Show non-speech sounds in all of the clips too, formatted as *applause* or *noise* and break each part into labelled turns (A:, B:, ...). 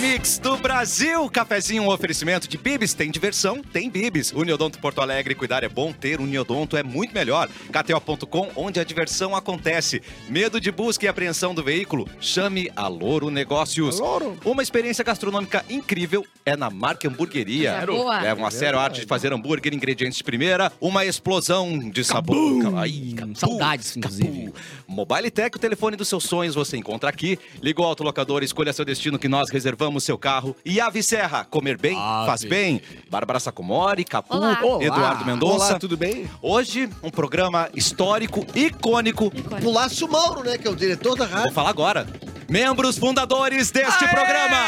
A: Mix do Brasil. Cafezinho, um oferecimento de Bibis. Tem diversão? Tem Bibis. Uniodonto Porto Alegre. Cuidar é bom ter. Uniodonto é muito melhor. KTO.com, onde a diversão acontece. Medo de busca e apreensão do veículo? Chame a Louro Negócios.
B: Louro.
A: Uma experiência gastronômica incrível é na marca Hamburgueria.
C: Coisa boa.
A: Levam a sério a arte de fazer hambúrguer, ingredientes de primeira, uma explosão de sabor. Ca- Ai, capum,
C: Saudades, inclusive.
A: Mobile Tech, o telefone dos seus sonhos você encontra aqui. Liga o autolocador, escolha seu destino que nós reservamos seu carro. E Ave Serra, comer bem,
B: Ave.
A: faz bem. Bárbara Sacomori, Capu,
C: Olá.
B: Olá.
A: Eduardo
B: Olá,
A: Mendonça.
B: tudo bem?
A: Hoje, um programa histórico, icônico.
C: Icônico.
B: O Lácio Mauro, né, que é o diretor da rádio.
A: Vou falar agora. Membros fundadores deste programa.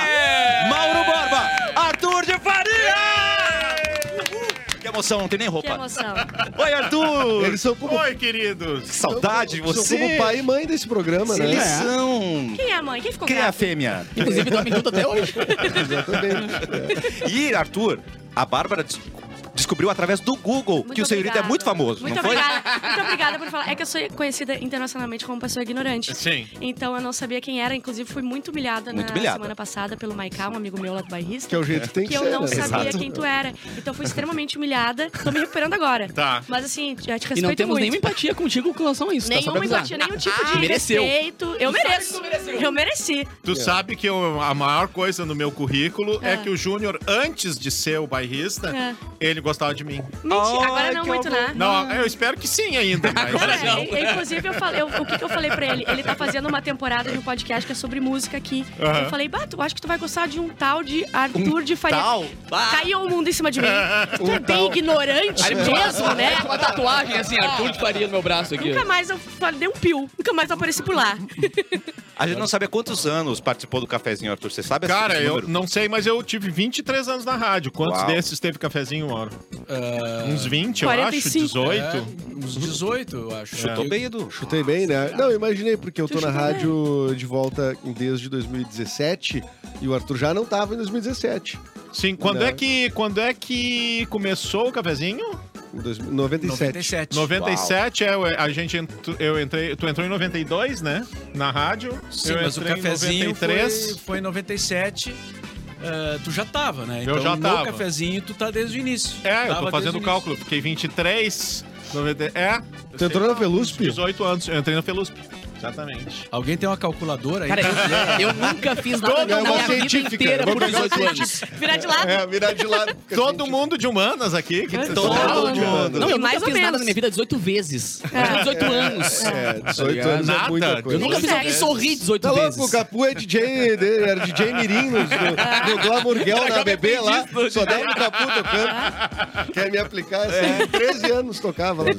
A: Mauro Borba, Arthur de Faria. Que emoção, não tem nem
C: Que
A: roupa.
C: emoção.
A: Oi, Arthur!
B: Eles
D: Então,
B: são como,
E: Oi, queridos.
A: Que saudade Ah, de você!
B: são como pai e mãe desse programa, né?
A: Eles são...
C: Quem é a mãe? Quem ficou
A: Quem é a
C: grávida?
A: fêmea?
C: *laughs*
F: Inclusive, dorme junto até hoje.
B: Exatamente.
A: E, Arthur, a Bárbara des- descobriu através do Google
C: Muito
A: que o senhorito é
C: obrigada.
A: muito famoso,
C: muito
A: não foi?
C: obrigada. Muito obrigada por falar. É que eu sou conhecida internacionalmente como pessoa ignorante.
E: Sim.
C: Então eu não sabia quem era, inclusive fui muito humilhada
A: Muito
C: na
A: humilhada.
C: semana passada pelo Maiká, um amigo meu lá do
B: Que
C: bairrista.
B: é o jeito que tem que,
C: Que eu
B: ser,
C: não
B: né?
C: sabia
A: Exato.
C: quem tu era. Então fui extremamente humilhada. Tô me recuperando agora.
E: Tá.
C: Mas assim, já te respeito
F: E não temos
C: muito.
F: nenhuma empatia contigo com relação a isso. tá? Só pra
C: Nenhuma
F: avisar.
C: empatia, nenhum tipo de
F: Ah, mereceu.
C: respeito. Eu mereço. Eu mereci.
D: É.
E: Tu sabe que eu- a maior coisa no meu currículo é,
C: É.
E: que o Júnior, antes de ser o bairrista,
C: É.
E: ele gostava de mim.
C: Mentira,
A: Ai,
C: agora não
A: que
C: muito, né?
E: Não, eu espero que sim ainda. mas- assim,
C: Cara,
F: Agora não.
C: e- e, Inclusive, eu falei, eu- o que, que eu falei pra ele? Ele tá fazendo uma temporada de um podcast que é sobre música aqui.
E: Aham.
C: Eu falei, Bato, acho que tu vai gostar de um tal de Arthur de Faria.
A: Tal.
C: Caiu o mundo em cima de mim. Tu é
B: Um
C: bem
B: tal.
C: ignorante
F: Aí ele me
C: mesmo,
F: fala,
C: né?
F: "Ah, Uma tatuagem assim, Arthur de Faria no meu braço aqui.
C: Nunca mais eu falei, dei um pio. Nunca mais eu apareci por lá. *laughs*
A: A gente não sabe há quantos anos participou do cafezinho, Arthur. Você sabe assim, esse
E: Cara, eu
A: número?
E: não sei, mas eu tive 23 anos na rádio. Quantos
A: Uau.
E: desses teve cafezinho, Mauro?
D: É.
E: Uns 20, eu
C: 45.
E: acho, 18.
F: É, uns 18, eu
E: É.
F: acho.
A: Chutou bem, Edu.
B: Chutei bem, né? Não, eu imaginei, porque eu tô
C: Tu
B: na
C: chutou bem.
B: rádio de volta desde 2017 e o Arthur já não tava em 2017.
E: Sim, quando é.
B: Não.
E: que quando é que começou o cafezinho?
B: Em dois- 97.
E: 97 é, ué, a gente entr- eu entrei, tu entrou em 92, né? Na rádio.
D: Sim,
E: eu
D: mas o
E: entrei em
D: cafezinho
E: 93.
D: foi, foi em 97. ah, tu já tava, né?
E: Eu já
D: No
E: tava.
D: cafezinho tu tá desde o início.
E: É, eu
D: Tava
E: tô fazendo
D: desde
E: o
D: início.
E: cálculo. Fiquei 23, 90, é. eu
B: Tu entrou
E: sei,
B: na Felusp?
E: 18 anos. Eu entrei na Felusp. Exatamente.
D: Alguém tem uma calculadora aí?
F: Cara, é eu, eu nunca fiz nada
B: Todo
F: na
B: mundo
F: minha vida
B: científica.
F: inteira
B: Vou
F: por
B: pegar o
F: 18 anos.
C: Virar de lado.
B: *laughs* É, virar de lado. fica
E: Todo
B: assim,
E: mundo de humanas aqui. que-
C: Todo
B: Todo
C: mundo.
B: mundo.
F: Não, eu
C: Mais
F: nunca
C: ou
F: fiz nada
C: menos.
F: na minha vida 18 vezes. Acho que 18 anos.
B: É, 18 anos é
E: Nada.
B: muita
E: Eu
F: Eu
B: coisa.
F: nunca fiz alguém
C: Sério?
F: sorrir 18
B: Tá
F: vezes.
B: louco, o Capu é DJ, de- era DJ Mirim no, no, no Glamour Girl na BB lá, só dava o Capu tocando. Quer me aplicar? Assim, 13 anos tocava lá.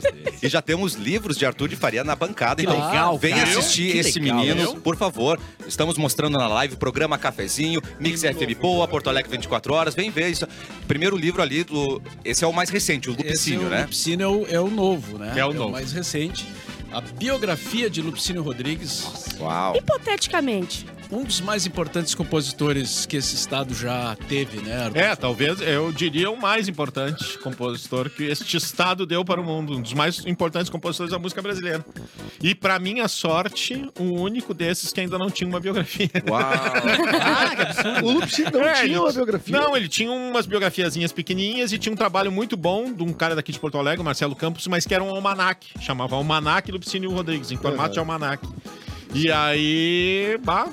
A: E já temos livros de Arthur de Faria na bancada.
F: Que
A: então
F: legal,
A: vem
F: cara.
A: assistir
F: Que
A: esse
F: legal,
A: menino,
F: viu?
A: por favor. Estamos mostrando na live o programa Cafezinho, Mix FM Boa, Porto Alegre 24 horas. Vem ver isso. Primeiro livro ali do. Esse é o mais recente, o Lupicínio,
D: Esse é o
A: né?
D: Lupicínio é o, é o novo, né?
E: É o novo.
D: mais recente. A biografia de Lupicínio Rodrigues,
A: Uau.
C: Hipoteticamente.
D: um dos mais importantes compositores que esse estado já teve, né? Arthur?
E: É, talvez eu diria o mais importante compositor que este estado deu para o mundo, um dos mais importantes compositores da música brasileira. E para minha sorte, o único desses que ainda não tinha uma biografia.
B: O Lupsi não
E: É, ele-
B: tinha uma biografia.
E: Não, ele tinha umas biografiazinhas pequenininhas e tinha um trabalho muito bom de um cara daqui de Porto Alegre, o Marcelo Campos, mas que era um almanac. Chamava Almanac Lupicínio Rodrigues, em formato
B: Uhum.
E: de almanac. E aí, bah,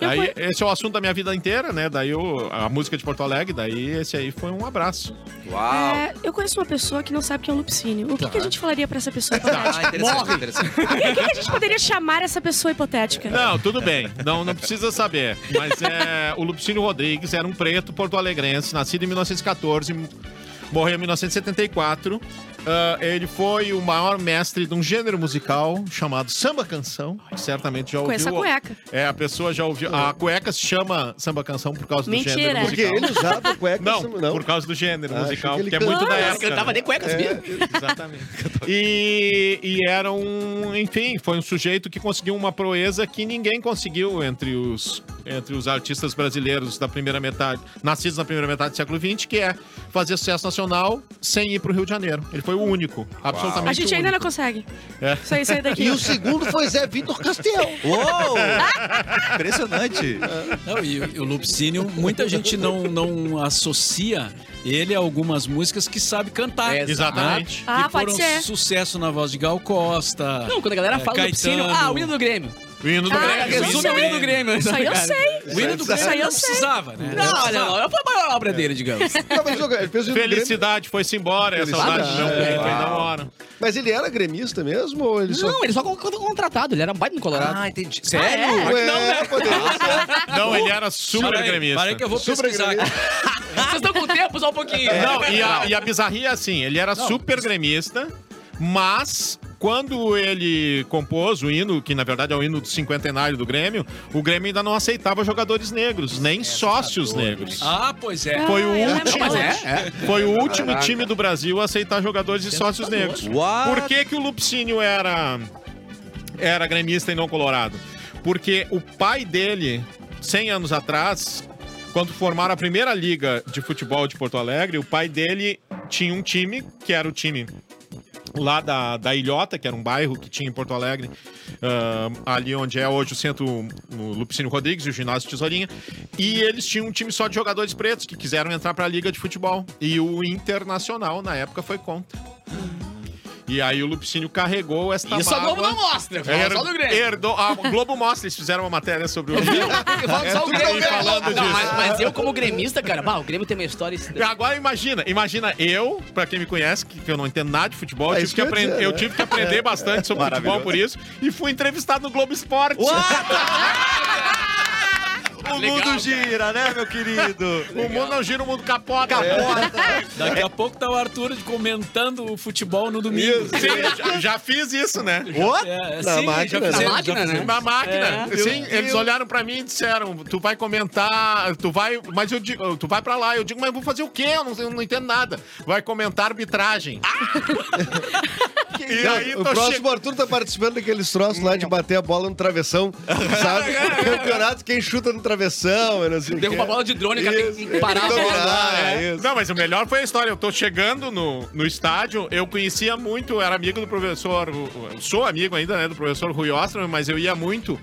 C: Eu
E: aí esse é o assunto da minha vida inteira, né? Daí eu- a música de Porto Alegre, daí esse aí foi um abraço.
A: Uau.
C: É, eu conheço uma pessoa que não sabe quem é um lupicínio. O que, que a gente falaria pra essa pessoa
A: Ah,
C: hipotética?
A: interessante, interessante.
C: O que, que a gente poderia chamar essa pessoa hipotética?
E: Não, tudo bem. Não, não precisa saber. Mas é, o Lupicínio Rodrigues era um preto porto-alegrense, nascido em 1914, morreu em 1974. Ah, ele foi o maior mestre de um gênero musical chamado samba canção. que Certamente já ouviu.
C: Conheço a cueca.
E: É, a pessoa já ouviu. A cueca se chama samba canção por causa
C: Mentira.
E: do gênero musical.
B: Porque ele usava cueca.
E: Não,
B: assim,
E: por causa do gênero
B: Ah,
E: musical,
B: achei que
E: porque é
B: ele
E: muito
B: cantava.
E: da
F: Ah, eu
E: época. né?
F: cantava de cuecas mesmo.
E: Exatamente. E, e era um. Enfim, foi um sujeito que conseguiu uma proeza que ninguém conseguiu entre os entre os artistas brasileiros da primeira metade, nascidos na primeira metade do século XX, que é fazer sucesso nacional sem ir pro Rio de Janeiro. Ele foi o único, absolutamente
C: A gente ainda não
E: único.
C: consegue. Isso aí, sai
B: *laughs*
C: daqui.
B: E o segundo foi Zé Vitor Castel.
A: Uou! *laughs* Impressionante.
D: Não, e, o- e o Lupicínio, muita gente não, não associa ele a algumas músicas que sabe cantar. né?
F: É,
E: Exatamente.
C: Ah,
D: que
C: pode
D: foram
C: ser.
D: sucesso na voz de Gal Costa.
F: Não, quando a galera
D: É,
F: fala do
D: Caetano.
F: Psílio, ah, o hino do Grêmio.
E: O hino do
C: Ah,
F: Cara,
E: Grêmio.
F: resume o hino do Grêmio.
C: Isso aí eu
F: cara.
C: sei.
D: O hino do
C: Isso aí
D: Grêmio
C: eu
D: não
C: sei.
D: precisava, né?
F: Não, olha, não, foi a maior obra dele,
D: *laughs*
F: digamos.
B: Não, mas, ele fez o Grêmio.
E: Felicidade, foi-se embora, é a saudade do meu
B: Felicidade.
E: peito, ainda mora.
B: Mas ele era gremista mesmo? Ou ele só...
F: Não, ele só con- con- contratado, ele era um baita no Colorado.
A: Ah, entendi.
F: Sério?
C: Ah,
F: Claro que não, né?
B: É, poderia ser.
E: Não, ele era super
D: Peraí,
E: gremista.
D: Peraí que eu vou
B: Super
D: pesquisar.
B: gremista.
C: Ah.
F: Vocês estão com tempo só um pouquinho.
E: Não, e a, e a bizarria é assim, ele era super gremista, mas quando ele compôs o hino, que na verdade é o hino do cinquentenário do Grêmio, o Grêmio ainda não aceitava jogadores negros, nem sócios negros.
D: Ah, pois é.
E: Foi
C: Ah, eu
E: o
C: lembro
E: último,
F: Mas
C: disso.
F: é, é.
E: foi o último time do Brasil a aceitar jogadores e sócios negros.
A: Uau!
E: Por que, que o Lupicínio era, era gremista e não colorado? Porque o pai dele, 100 anos atrás, quando formaram a primeira liga de futebol de Porto Alegre, o pai dele tinha um time, que era o time lá da, da Ilhota, que era um bairro que tinha em Porto Alegre, ah, ali onde é hoje o centro o Lupicínio Rodrigues e o ginásio Tesourinha, e eles tinham um time só de jogadores pretos que quiseram entrar para a liga de futebol. E o Internacional, na época, foi contra. E aí o Lupicínio carregou esta
F: Isso a
E: mágoa.
F: Globo não mostra. Fala
E: Her-
F: só do Grêmio.
E: herdou- a Globo mostra, eles fizeram uma matéria sobre o
F: *laughs*
E: Grêmio.
F: Fala só o
E: tudo
F: Grêmio.
E: bem falando
F: Não,
E: disso.
F: mas, mas eu, como gremista, cara, bah, o Grêmio tem uma história.
E: Agora imagina, imagina eu, pra quem me conhece, que, que eu não entendo nada de futebol, eu
B: É
E: tive,
B: isso
E: que
B: que eu ia
E: aprender,
B: dizer,
E: eu
B: né?
E: tive que aprender bastante sobre futebol por isso, e fui entrevistado no Globo Esporte.
A: O mundo gira, né, meu querido?
E: O mundo não gira, o mundo capota.
D: Daqui a pouco tá o Arthur comentando o futebol no domingo.
B: Isso.
E: Sim, já, já fiz isso, né?
D: É,
B: Na máquina, né?
D: fizemos,
F: Na máquina,
D: fizemos.
F: né?
E: Na máquina.
B: É.
E: Sim, eles olharam pra mim e disseram: Tu vai comentar, tu vai. Mas eu digo, tu vai pra lá. Eu digo, mas eu vou fazer o quê? Eu não, eu não entendo nada. Vai comentar arbitragem. e aí
B: Ah! o
E: tô
B: próximo
E: chegando.
B: Arthur tá participando daqueles troços lá de bater a bola no travessão,
E: *laughs* É,
B: sabe? Campeonato, quem chuta no travessão, eu não sei o quê.
F: Derruba a bola de drone, o cara tem que parar a
B: Então,
F: bola.
B: ah, é isso.
E: Não, mas o melhor foi a história. Eu tô chegando no, no estádio, eu conhecia muito, eu era amigo do professor, o- o- sou amigo ainda, né, do professor Rui Osterman, mas eu ia muito.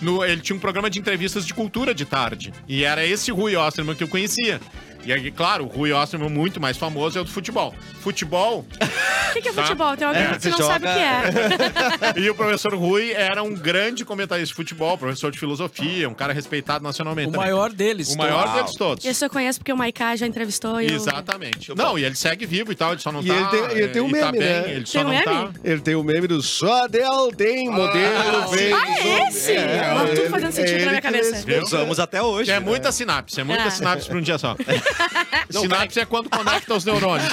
E: no- ele tinha um programa de entrevistas de cultura de tarde. E era esse Rui Osterman que eu conhecia. E aí, claro, o Rui Osterman, muito mais famoso, é o do futebol. Futebol,
C: O que, que é futebol? Tem alguém que
A: você
C: não sabe o
A: joga-
C: que é.
E: e o professor Rui era um grande comentarista de futebol, professor de filosofia, um cara respeitado nacionalmente.
D: O
E: também.
D: maior deles. tá
E: o maior
A: Uau.
E: deles todos.
C: Esse eu conheço porque o Maiká já entrevistou. e eu-
E: Exatamente. Não, e ele segue vivo e tal, ele só não
B: E
E: tá.
B: ele tem- ele tem um
E: e tá
B: meme,
E: bem,
B: né?
E: Ele só
C: Tem um
E: não tá.
C: meme?
B: Ele tem o meme do só Del
E: Ah,
B: tem modelo, vem.
C: Ah, é esse?
B: É,
C: o Arthur
B: ele-
C: fazendo sentido
B: ele
C: na minha
B: que
C: cabeça.
B: fez.
A: Usamos até hoje. né?
E: É muita sinapse, é muita
C: Ah.
E: sinapse pra um dia só. sinapse é quando conecta os
B: *laughs*
E: neurônios.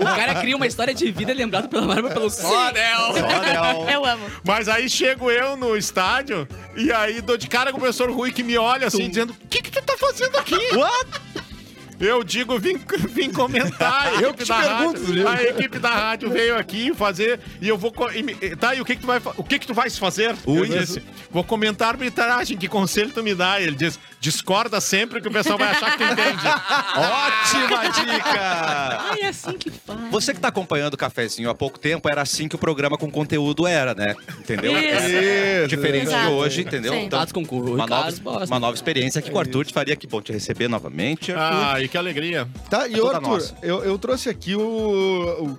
F: O cara cria uma história de vida lembrado pela Marvel pelo só, né?
A: Olha,
C: Eu *laughs* amo.
E: Mas aí chego eu no estádio e aí dou de cara com o professor Rui que me olha assim, dizendo: O que, que tu tá fazendo aqui? What? Eu digo, vim, vim comentar. A
B: *laughs* Eu
E: equipe
B: que te
E: da
B: pergunto,
E: rádio,
B: viu?
E: A equipe da rádio veio aqui fazer e eu vou. co- e me- Tá, e o que, que tu vai fa- O que, que tu vais fazer?
A: Ui.
E: Eu disse, vou comentar a arbitragem, que conselho tu me dá? Ele diz, discorda sempre que o pessoal vai achar que tu
B: *laughs*
E: entende.
A: ótima dica!
C: Ai, é assim que faz.
A: Você que tá acompanhando o cafezinho há pouco tempo, era assim que o programa com conteúdo era, né? Entendeu?
C: Isso.
A: É Diferente
C: Exato.
A: de hoje, entendeu?
C: Sim.
F: Dados com o
A: então, uma, nova,
F: Ricardo, bosta.
A: uma nova experiência que o Arthur te faria. Que bom te receber novamente, Arthur.
E: Ai, que alegria.
B: Tá, e
A: toda
B: Arthur,
A: nossa.
B: eu, eu trouxe aqui o,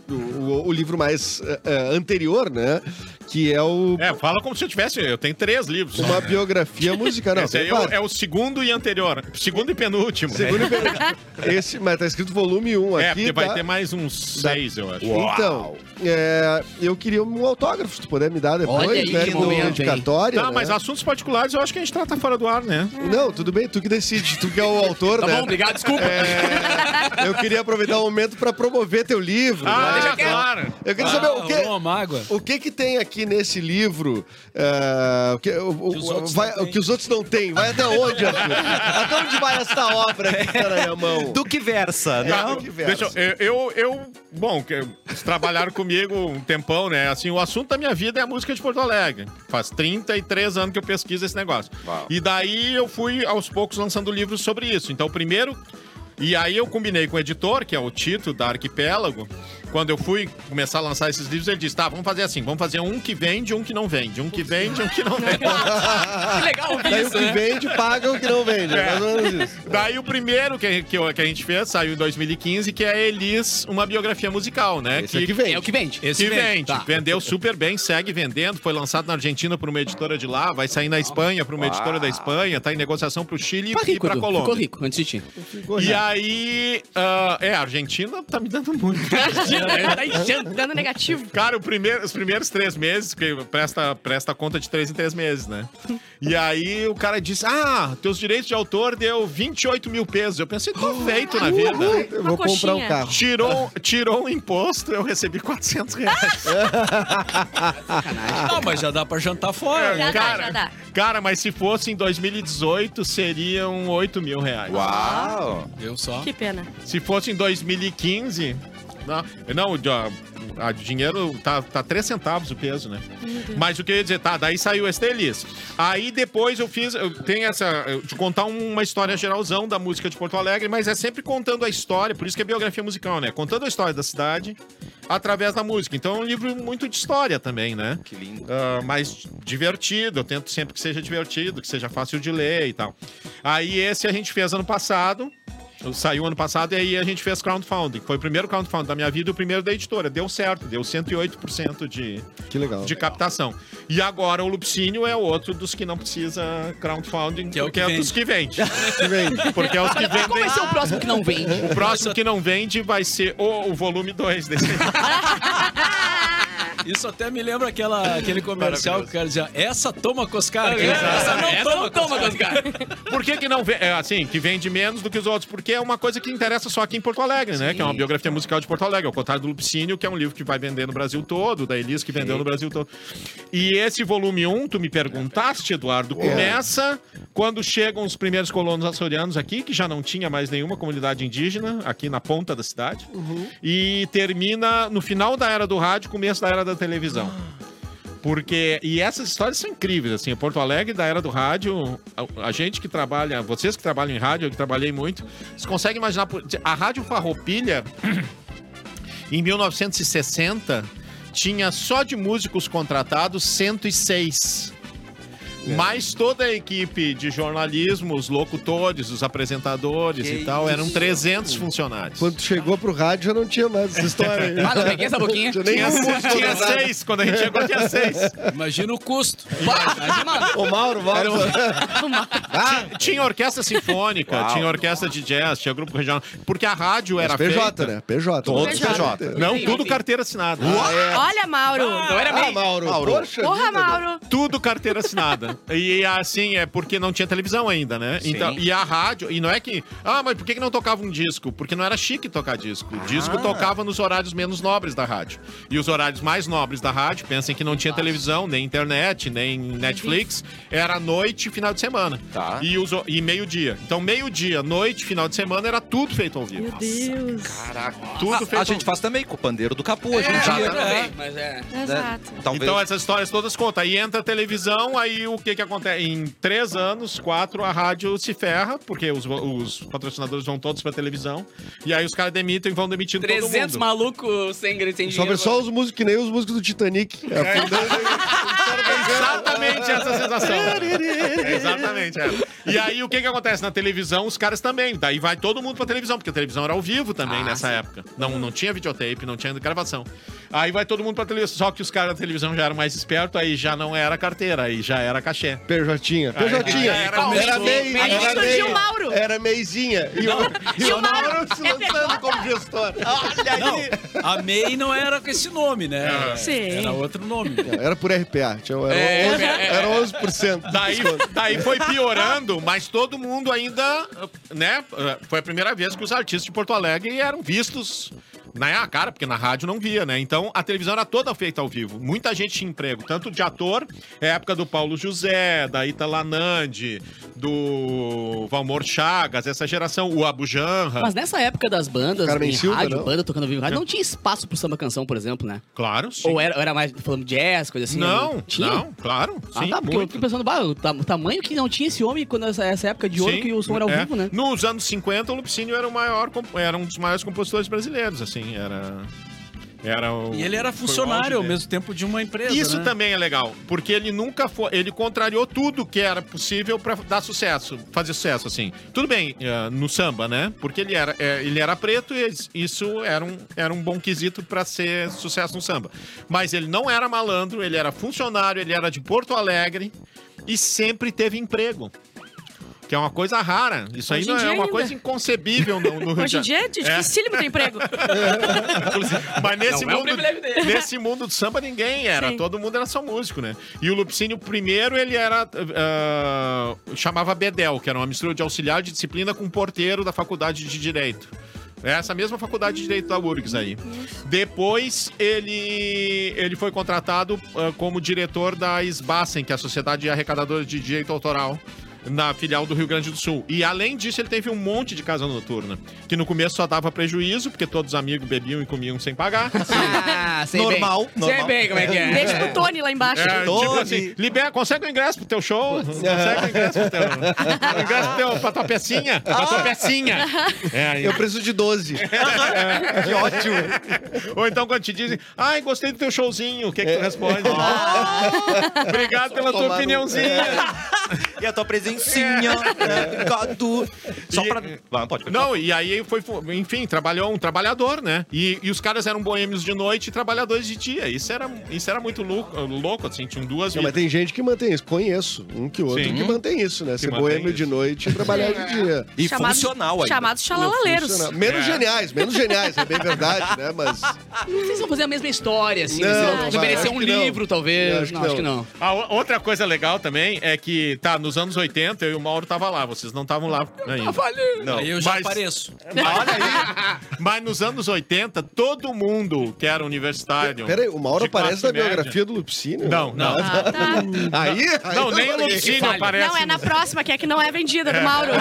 B: o, o- o livro mais eh, eh, anterior, né? Que é o
E: É, fala como se eu tivesse. Eu tenho três livros. só.
B: uma biografia musical. Não,
E: É. Esse aí é o,
B: claro,
E: é o segundo e anterior. Segundo e penúltimo.
B: segundo e pe- Esse, mas tá escrito volume 1
E: é,
B: aqui.
E: porque vai
B: tá?
E: ter mais uns
B: Dá-
E: seis, eu acho.
B: Então, é, eu queria um autógrafo, se tu puder me dar depois,
F: Olha aí,
B: né?
F: que
B: No
F: momento, hein?
B: dedicatório.
E: Tá,
B: né?
E: mas assuntos particulares eu acho que a gente trata fora do ar, né?
B: Não, tudo bem, tu que decide, tu que é o autor,
F: Tá
B: né?
F: bom, obrigado, desculpa.
B: Eu queria aproveitar o momento pra promover teu livro.
E: Ah,
B: né?
E: deixa claro.
B: Eu queria saber
D: Ah,
B: o
D: orou
B: que,
D: uma mágoa.
B: o que que tem aqui nesse livro ah, o que, o- o-
D: Que os outros
B: vai-
D: não
F: *laughs*
D: têm.
B: o que os outros não têm. Vai até onde, Arthur?
A: *laughs*
B: Até onde vai esta obra que está na minha mão?
A: Do que versa, né?
B: É.
E: Tá,
B: que verso.
E: deixa eu, eu, eu- Bom, que eles trabalharam *laughs* comigo um tempão, né? Assim, o assunto da minha vida é a música de Porto Alegre. Faz 33 anos que eu pesquiso esse negócio.
A: Uau.
E: E daí eu fui, aos poucos, lançando livros sobre isso. Então, o primeiro. E aí eu combinei com o editor, que é o Tito, da Arquipélago. Quando eu fui começar a lançar esses livros, ele disse: tá, vamos fazer assim, vamos fazer um que vende, um que não vende, um que vende, um que não vende.
F: Que legal ouvir
B: Daí o
F: isso,
B: que
F: né?
B: vende paga o que não vende. É. Mais ou menos isso.
E: Daí o primeiro que, que, eu- que a gente fez, saiu em 2015, que é Elis, uma biografia musical, né?
B: Esse aqui vende.
F: É o que vende.
D: Esse
E: que
D: vende,
E: vende.
F: tá.
E: Vendeu super bem, segue vendendo. Foi lançado na Argentina por uma editora de lá, vai sair na Espanha por uma editora da Espanha, tá em negociação pro Chile
F: Tá
E: e
F: rico,
E: pra
F: Edu. Ficou
E: Colômbia.
F: rico né? antes de ti.
E: E aí, ah, é, a Argentina tá me dando muito.
F: tá enchendo.
C: Dando negativo.
E: Cara, o primeiro- os primeiros três meses, porque presta, presta conta de três em três meses, né? E aí o cara disse: Ah, teus direitos de autor deu 28 mil pesos. Eu pensei, tô feito na vida.
B: Eu
C: Uma
B: vou comprar um
C: coxinha.
B: carro.
E: Tirou, tirou um imposto, eu recebi 400 reais.
D: Ah, mas já dá pra jantar fora.
C: Ah, Já
D: né?
C: dá, já dá.
E: Cara, mas se fosse em 2018, seriam 8 um mil reais.
A: Uau!
D: Eu só.
C: Que pena.
E: Se fosse em 2015... Não, não o, a- dinheiro tá, tá 3 centavos o peso, né? Mas o que eu ia dizer, tá, daí saiu esse delis. Aí depois eu fiz, eu tenho essa, eu te contar um, uma história geralzão da música de Porto Alegre, mas é sempre contando a história, por isso que é biografia musical, né? Contando a história da cidade através da música. Então é um livro muito de história também, né?
A: Que lindo.
E: ah, mais divertido. Eu tento sempre que seja divertido, que seja fácil de ler e tal. Aí esse a gente fez ano passado. Saiu ano passado e aí a gente fez crowdfunding. Foi o primeiro crowdfunding da minha vida e o primeiro da editora. Deu certo, deu 108% de,
B: Que legal.
E: de captação. E agora o Lupicínio é outro dos que não precisa crowdfunding,
D: Que é o
E: porque
D: que
E: é
D: vende.
E: dos que vende.
B: *laughs* Que vende.
E: Porque é os
D: *laughs*
E: que
F: Qual vai
E: vendem.
F: ser o próximo que não vende?
E: O próximo que não vende vai ser o, o volume 2 desse.
D: Isso até me lembra aquela, aquele comercial que o cara dizia: essa toma coscar.
F: Essa não toma, toma, Coscar.
E: Por que, que não vende? É, assim, que vende menos do que os outros? Porque é uma coisa que interessa só aqui em Porto Alegre, né? Que é uma biografia musical de Porto Alegre. Ao contrário do Lupicínio, que é um livro que vai vender no Brasil todo, da Elis, que vendeu no Brasil todo. E esse volume 1, tu me perguntaste, Eduardo, começa quando chegam os primeiros colonos açorianos aqui, que já não tinha mais nenhuma comunidade indígena, aqui na ponta da cidade. E termina no final da era do rádio, começo da era da televisão. Porque. E essas histórias são incríveis, assim. Porto Alegre, da era do rádio, a, a gente que trabalha, vocês que trabalham em rádio, eu que trabalhei muito, vocês conseguem imaginar. por- A Rádio Farroupilha, em 1960, tinha só de músicos contratados 106.
F: É.
E: Mais toda a equipe de jornalismo, os locutores, os apresentadores
F: Que
E: e tal, eram
F: isso.
E: 300 funcionários.
B: Quando chegou pro rádio, já não tinha mais essa história. aí.
F: Ah, não peguei essa boquinha.
B: Tinha
E: Tinha,
B: nenhum músico
E: tinha
B: contratado.
E: seis, quando a gente chegou tinha seis.
D: Imagina o custo.
F: Mas, mano,
B: Ô, Mauro, Mauro.
A: um
B: ah,
E: Tinha orquestra sinfônica,
A: Uau.
E: tinha orquestra de jazz, tinha grupo regional. Porque a rádio era
B: PJ,
E: feita...
B: né? PJ.
A: Todos
C: PJ.
A: PJ.
E: Não,
F: Sim,
E: tudo
F: sim.
E: carteira assinada.
C: Olha, Mauro.
F: não
D: é
F: era
B: Ah,
F: meio.
B: Mauro.
A: Mauro.
B: Poxa
C: Porra,
B: vida.
C: Mauro.
E: Tudo carteira assinada. E assim, é porque não tinha televisão ainda, né? Então, e a rádio, e não é que. Ah, mas por que que não tocava um disco? Porque não era chique tocar disco. O disco
A: Ah.
E: tocava nos horários menos nobres da rádio. E os horários mais nobres da rádio, pensem que não tinha televisão, nem internet, nem Netflix. Era noite e final de semana.
A: Tá.
E: E, os ho- e meio-dia. Então, meio-dia, noite, final de semana, era tudo feito ao vivo.
C: Meu Deus.
A: Caraca.
E: Tudo feito
A: A,
E: ao
A: a gente faz também com o pandeiro do capô. A gente
F: É,
A: já
F: eu também, mas é.
C: Exato.
A: Talvez.
E: Então essas histórias todas contam. Aí entra a televisão, aí o que que acontece? Em três anos, quatro, a rádio se ferra, porque os, os patrocinadores vão todos pra televisão. E aí os caras demitem, vão demitindo
F: 300
E: todo mundo.
F: malucos sem, sem dinheiro.
B: Sobra só os músicos, que nem os músicos do Titanic. É,
E: Exatamente essa sensação. É Exatamente essa. E aí o que que acontece? Na televisão, os caras também. Daí vai todo mundo pra televisão, porque a televisão era ao vivo também nessa época. Não, não tinha videotape, não tinha gravação. Aí vai todo mundo pra televisão. Só que os caras da televisão já eram mais espertos, aí já não era carteira, aí já era cachê.
B: Pejotinha. Pejotinha.
E: Aí, aí,
B: Era,
E: aí,
B: era,
E: começou.
B: mei,
F: Aí
B: era
C: surgiu o
B: meia.
C: Mauro.
B: Era meizinha. E o, e o Mauro se
C: É
B: lançando como gestor.
D: Não, a MEI não era com esse nome, né?
C: Sim.
D: Era outro nome.
B: Era por RPA. Tinha, era,
F: É,
B: 11,
F: é,
B: era 11%.
E: Daí, daí foi piorando, mas todo mundo ainda, né? Foi a primeira vez que os artistas de Porto Alegre eram vistos Na cara, porque na rádio não via, né? Então a televisão era toda feita ao vivo. Muita gente tinha emprego, tanto de ator, é a época do Paulo José, da Ita Lanandi, do Valmor Chagas, essa geração, o Abu Janra.
F: Mas nessa época das bandas,
B: Carmen
F: em
B: Silva,
F: rádio,
B: não.
F: banda tocando ao vivo, em rádio, não tinha espaço pro samba canção, por exemplo, né?
E: Claro, sim.
F: Ou era, ou era mais falando jazz, coisa assim?
E: não,
F: tinha?
E: não, claro.
F: Ah,
E: sim,
F: tá, porque eu
E: muito.
F: fico pensando, bah, o, ta- o tamanho que não tinha esse homem quando essa, essa época de ouro
E: Sim,
F: que o som era ao
E: é.
F: vivo, né?
E: Nos anos 50, o Lupicínio era, o maior, comp- era um dos maiores compositores brasileiros, assim, era... era o,
D: E ele era
E: foi o auge
D: funcionário ao
E: dele.
D: mesmo tempo de uma empresa.
E: Isso
D: né?
E: também é legal, porque ele nunca foi. Ele contrariou tudo que era possível pra dar sucesso, fazer sucesso, assim. Tudo bem, eh, no samba, né? Porque ele era, eh, ele era preto e es- isso era um, era um bom quesito pra ser sucesso no samba. Mas ele não era malandro, ele era funcionário, ele era de Porto Alegre e sempre teve emprego. Que é uma coisa rara. Isso aí
C: Hoje
E: não
C: em
E: é
C: dia
E: uma
C: ainda.
E: coisa
C: *laughs*
E: inconcebível no, no Rio de
C: Hoje em
E: Janeiro.
C: dia é dificílimo ter emprego.
E: Inclusive, Mas nesse
F: Não é um
E: mundo,
F: privilégio dele.
E: nesse mundo do samba ninguém era,
C: Sim.
E: todo mundo era só músico, né? E o Lupicínio primeiro ele era ah, chamava Bedel, que era uma mistura de auxiliar de disciplina com porteiro da faculdade de direito. É Essa mesma faculdade de direito da URGS aí. Depois ele ele foi contratado ah, como diretor da SBACEN, que é a Sociedade Arrecadadora de Direito Autoral. Na filial do Rio Grande do Sul. E além disso, ele teve um monte de casa noturna. Que no começo só dava prejuízo, porque todos os amigos bebiam e comiam sem
B: *laughs*
E: pagar.
F: Ah, sei
A: Normal,
F: bem. Sei
A: normal.
F: bem como é que é.
C: Beijo pro Tony lá embaixo.
E: É, tipo
A: Tony.
E: assim, libera, consegue o ingresso pro teu
B: Uhum.
E: show? Consegue o ingresso pro
B: *laughs*
E: teu. o ingresso pro teu, pra tua pecinha? Pra tua pecinha. É, aí.
B: Ah. Eu preciso
E: *laughs*
B: de 12.
E: É.
A: Que ótimo.
E: Ou então quando te dizem, ai, gostei do teu showzinho, o que, é que tu
B: *laughs*
E: responde? Obrigado pela tua
B: tomar no-
E: opiniãozinha.
A: E a tua presencinha. né? Obrigado. Só
E: É. E-
A: pra. Não, pode. pode.
E: Não, e aí foi, fu- enfim, trabalhou um trabalhador, né? E, e os caras eram boêmios de noite e trabalhadores de dia. Isso era, isso era muito louco, louco assim, tinham duas
B: Não, mas
E: vidas.
B: tem gente que mantém isso. Conheço um que outro
E: Sim.
B: que mantém isso, né? Ser
E: mantém
B: boêmio de
E: isso.
B: noite e
C: É.
B: trabalhar de dia.
A: E funcional ainda.
C: Chamados xalalaleiros.
B: Funciona. Menos
E: É.
B: geniais, menos geniais, é bem verdade, né? Mas
F: Não sei se vão fazer a mesma história, assim.
B: Não,
F: se
B: não vai,
F: merecer
B: acho
F: um
B: que não.
F: livro, talvez.
B: Eu acho que
F: não, acho que não.
E: A Ah, o- outra coisa legal também é que, tá, nos anos 80 eu e o Mauro tava lá, vocês não estavam lá ainda.
A: Não.
D: Aí eu já né?
E: Mas-
D: apareço.
E: Olha aí. Mas nos anos 80, todo mundo que era
A: Então,
E: universitário.
B: Peraí, uma hora
E: de
B: aparece
E: classe
B: na
E: média-
B: biografia Então do Lupicínio?
E: Não, não.
C: Ah, tá.
B: Aí? aí tá
E: Não,
B: eu
E: nem o
B: falei.
E: Lupicínio
F: Vale.
E: aparece.
C: Não, é na
E: nos-
C: próxima, que é que não é vendida, do Mauro.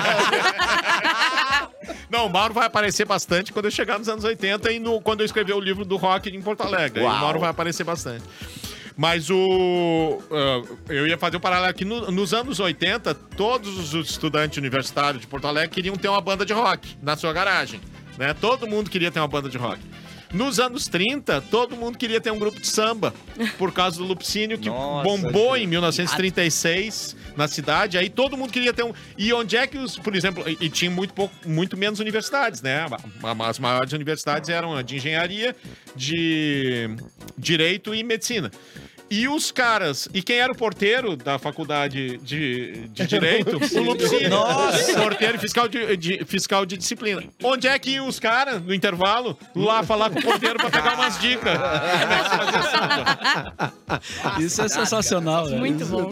E: Não, o Mauro vai aparecer bastante quando eu chegar nos anos 80 e no, quando eu escrever o livro do rock em Porto Alegre. Aí O Mauro vai aparecer bastante. Mas o. ah, eu ia fazer um paralelo aqui. No- nos anos 80, todos os estudantes universitários de Porto Alegre queriam ter uma banda de rock na sua garagem. Né? Todo mundo queria ter uma banda de rock. Nos anos 30, todo mundo queria ter um grupo de samba, por causa do Lupicínio, que
A: Nossa,
E: bombou em 1936 na cidade. Aí todo mundo queria ter um. E onde é que os, por exemplo, e, e tinha muito pouco, muito menos universidades, né? A- a- As maiores universidades eram a de engenharia, de direito e medicina. E os caras, e quem era o porteiro da faculdade de, de direito? o Lupicínio.
A: Nossa!
E: Porteiro e fiscal de, de- fiscal de disciplina. Onde é que iam os caras, no intervalo, lá falar com o porteiro pra pegar umas dicas?
D: Isso é sensacional, né?
C: Muito bom.